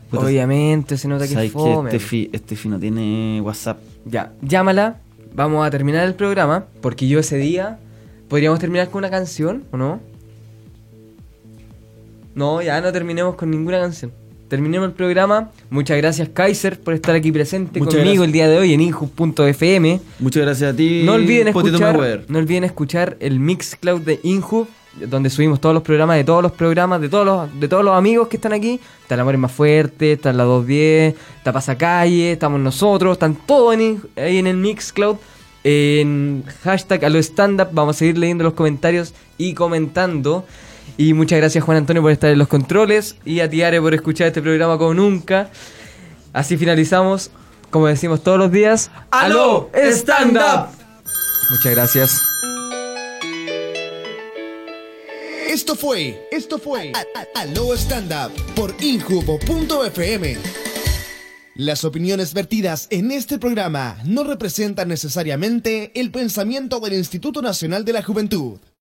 C: Puta,
A: Obviamente se nota que es
C: ¿Sabes Este
A: fome.
C: que Steffi, Steffi no tiene WhatsApp?
A: Ya, llámala, vamos a terminar el programa, porque yo ese día podríamos terminar con una canción, ¿o no? No, ya no terminemos con ninguna canción. Terminemos el programa. Muchas gracias Kaiser por estar aquí presente
C: Muchas
A: conmigo
C: gracias.
A: el día de hoy en injus.fm.
C: Muchas gracias a ti.
A: No olviden,
C: Potito
A: escuchar,
C: Malware.
A: no olviden escuchar el Mix Cloud de Inhub, donde subimos todos los programas, de todos los programas, de todos los, de todos los amigos que están aquí. Está el Amor es más fuerte, está la 210, está Pasacalle, estamos nosotros, están todos en In- ahí en el Mix Cloud. En hashtag a lo stand up, vamos a seguir leyendo los comentarios y comentando. Y muchas gracias Juan Antonio por estar en los controles y a Tiare por escuchar este programa como nunca. Así finalizamos, como decimos todos los días,
C: ¡Aló, stand up!
A: Muchas gracias.
B: Esto fue, esto fue A- A- Aló Stand Up por Injubo.fm. Las opiniones vertidas en este programa no representan necesariamente el pensamiento del Instituto Nacional de la Juventud.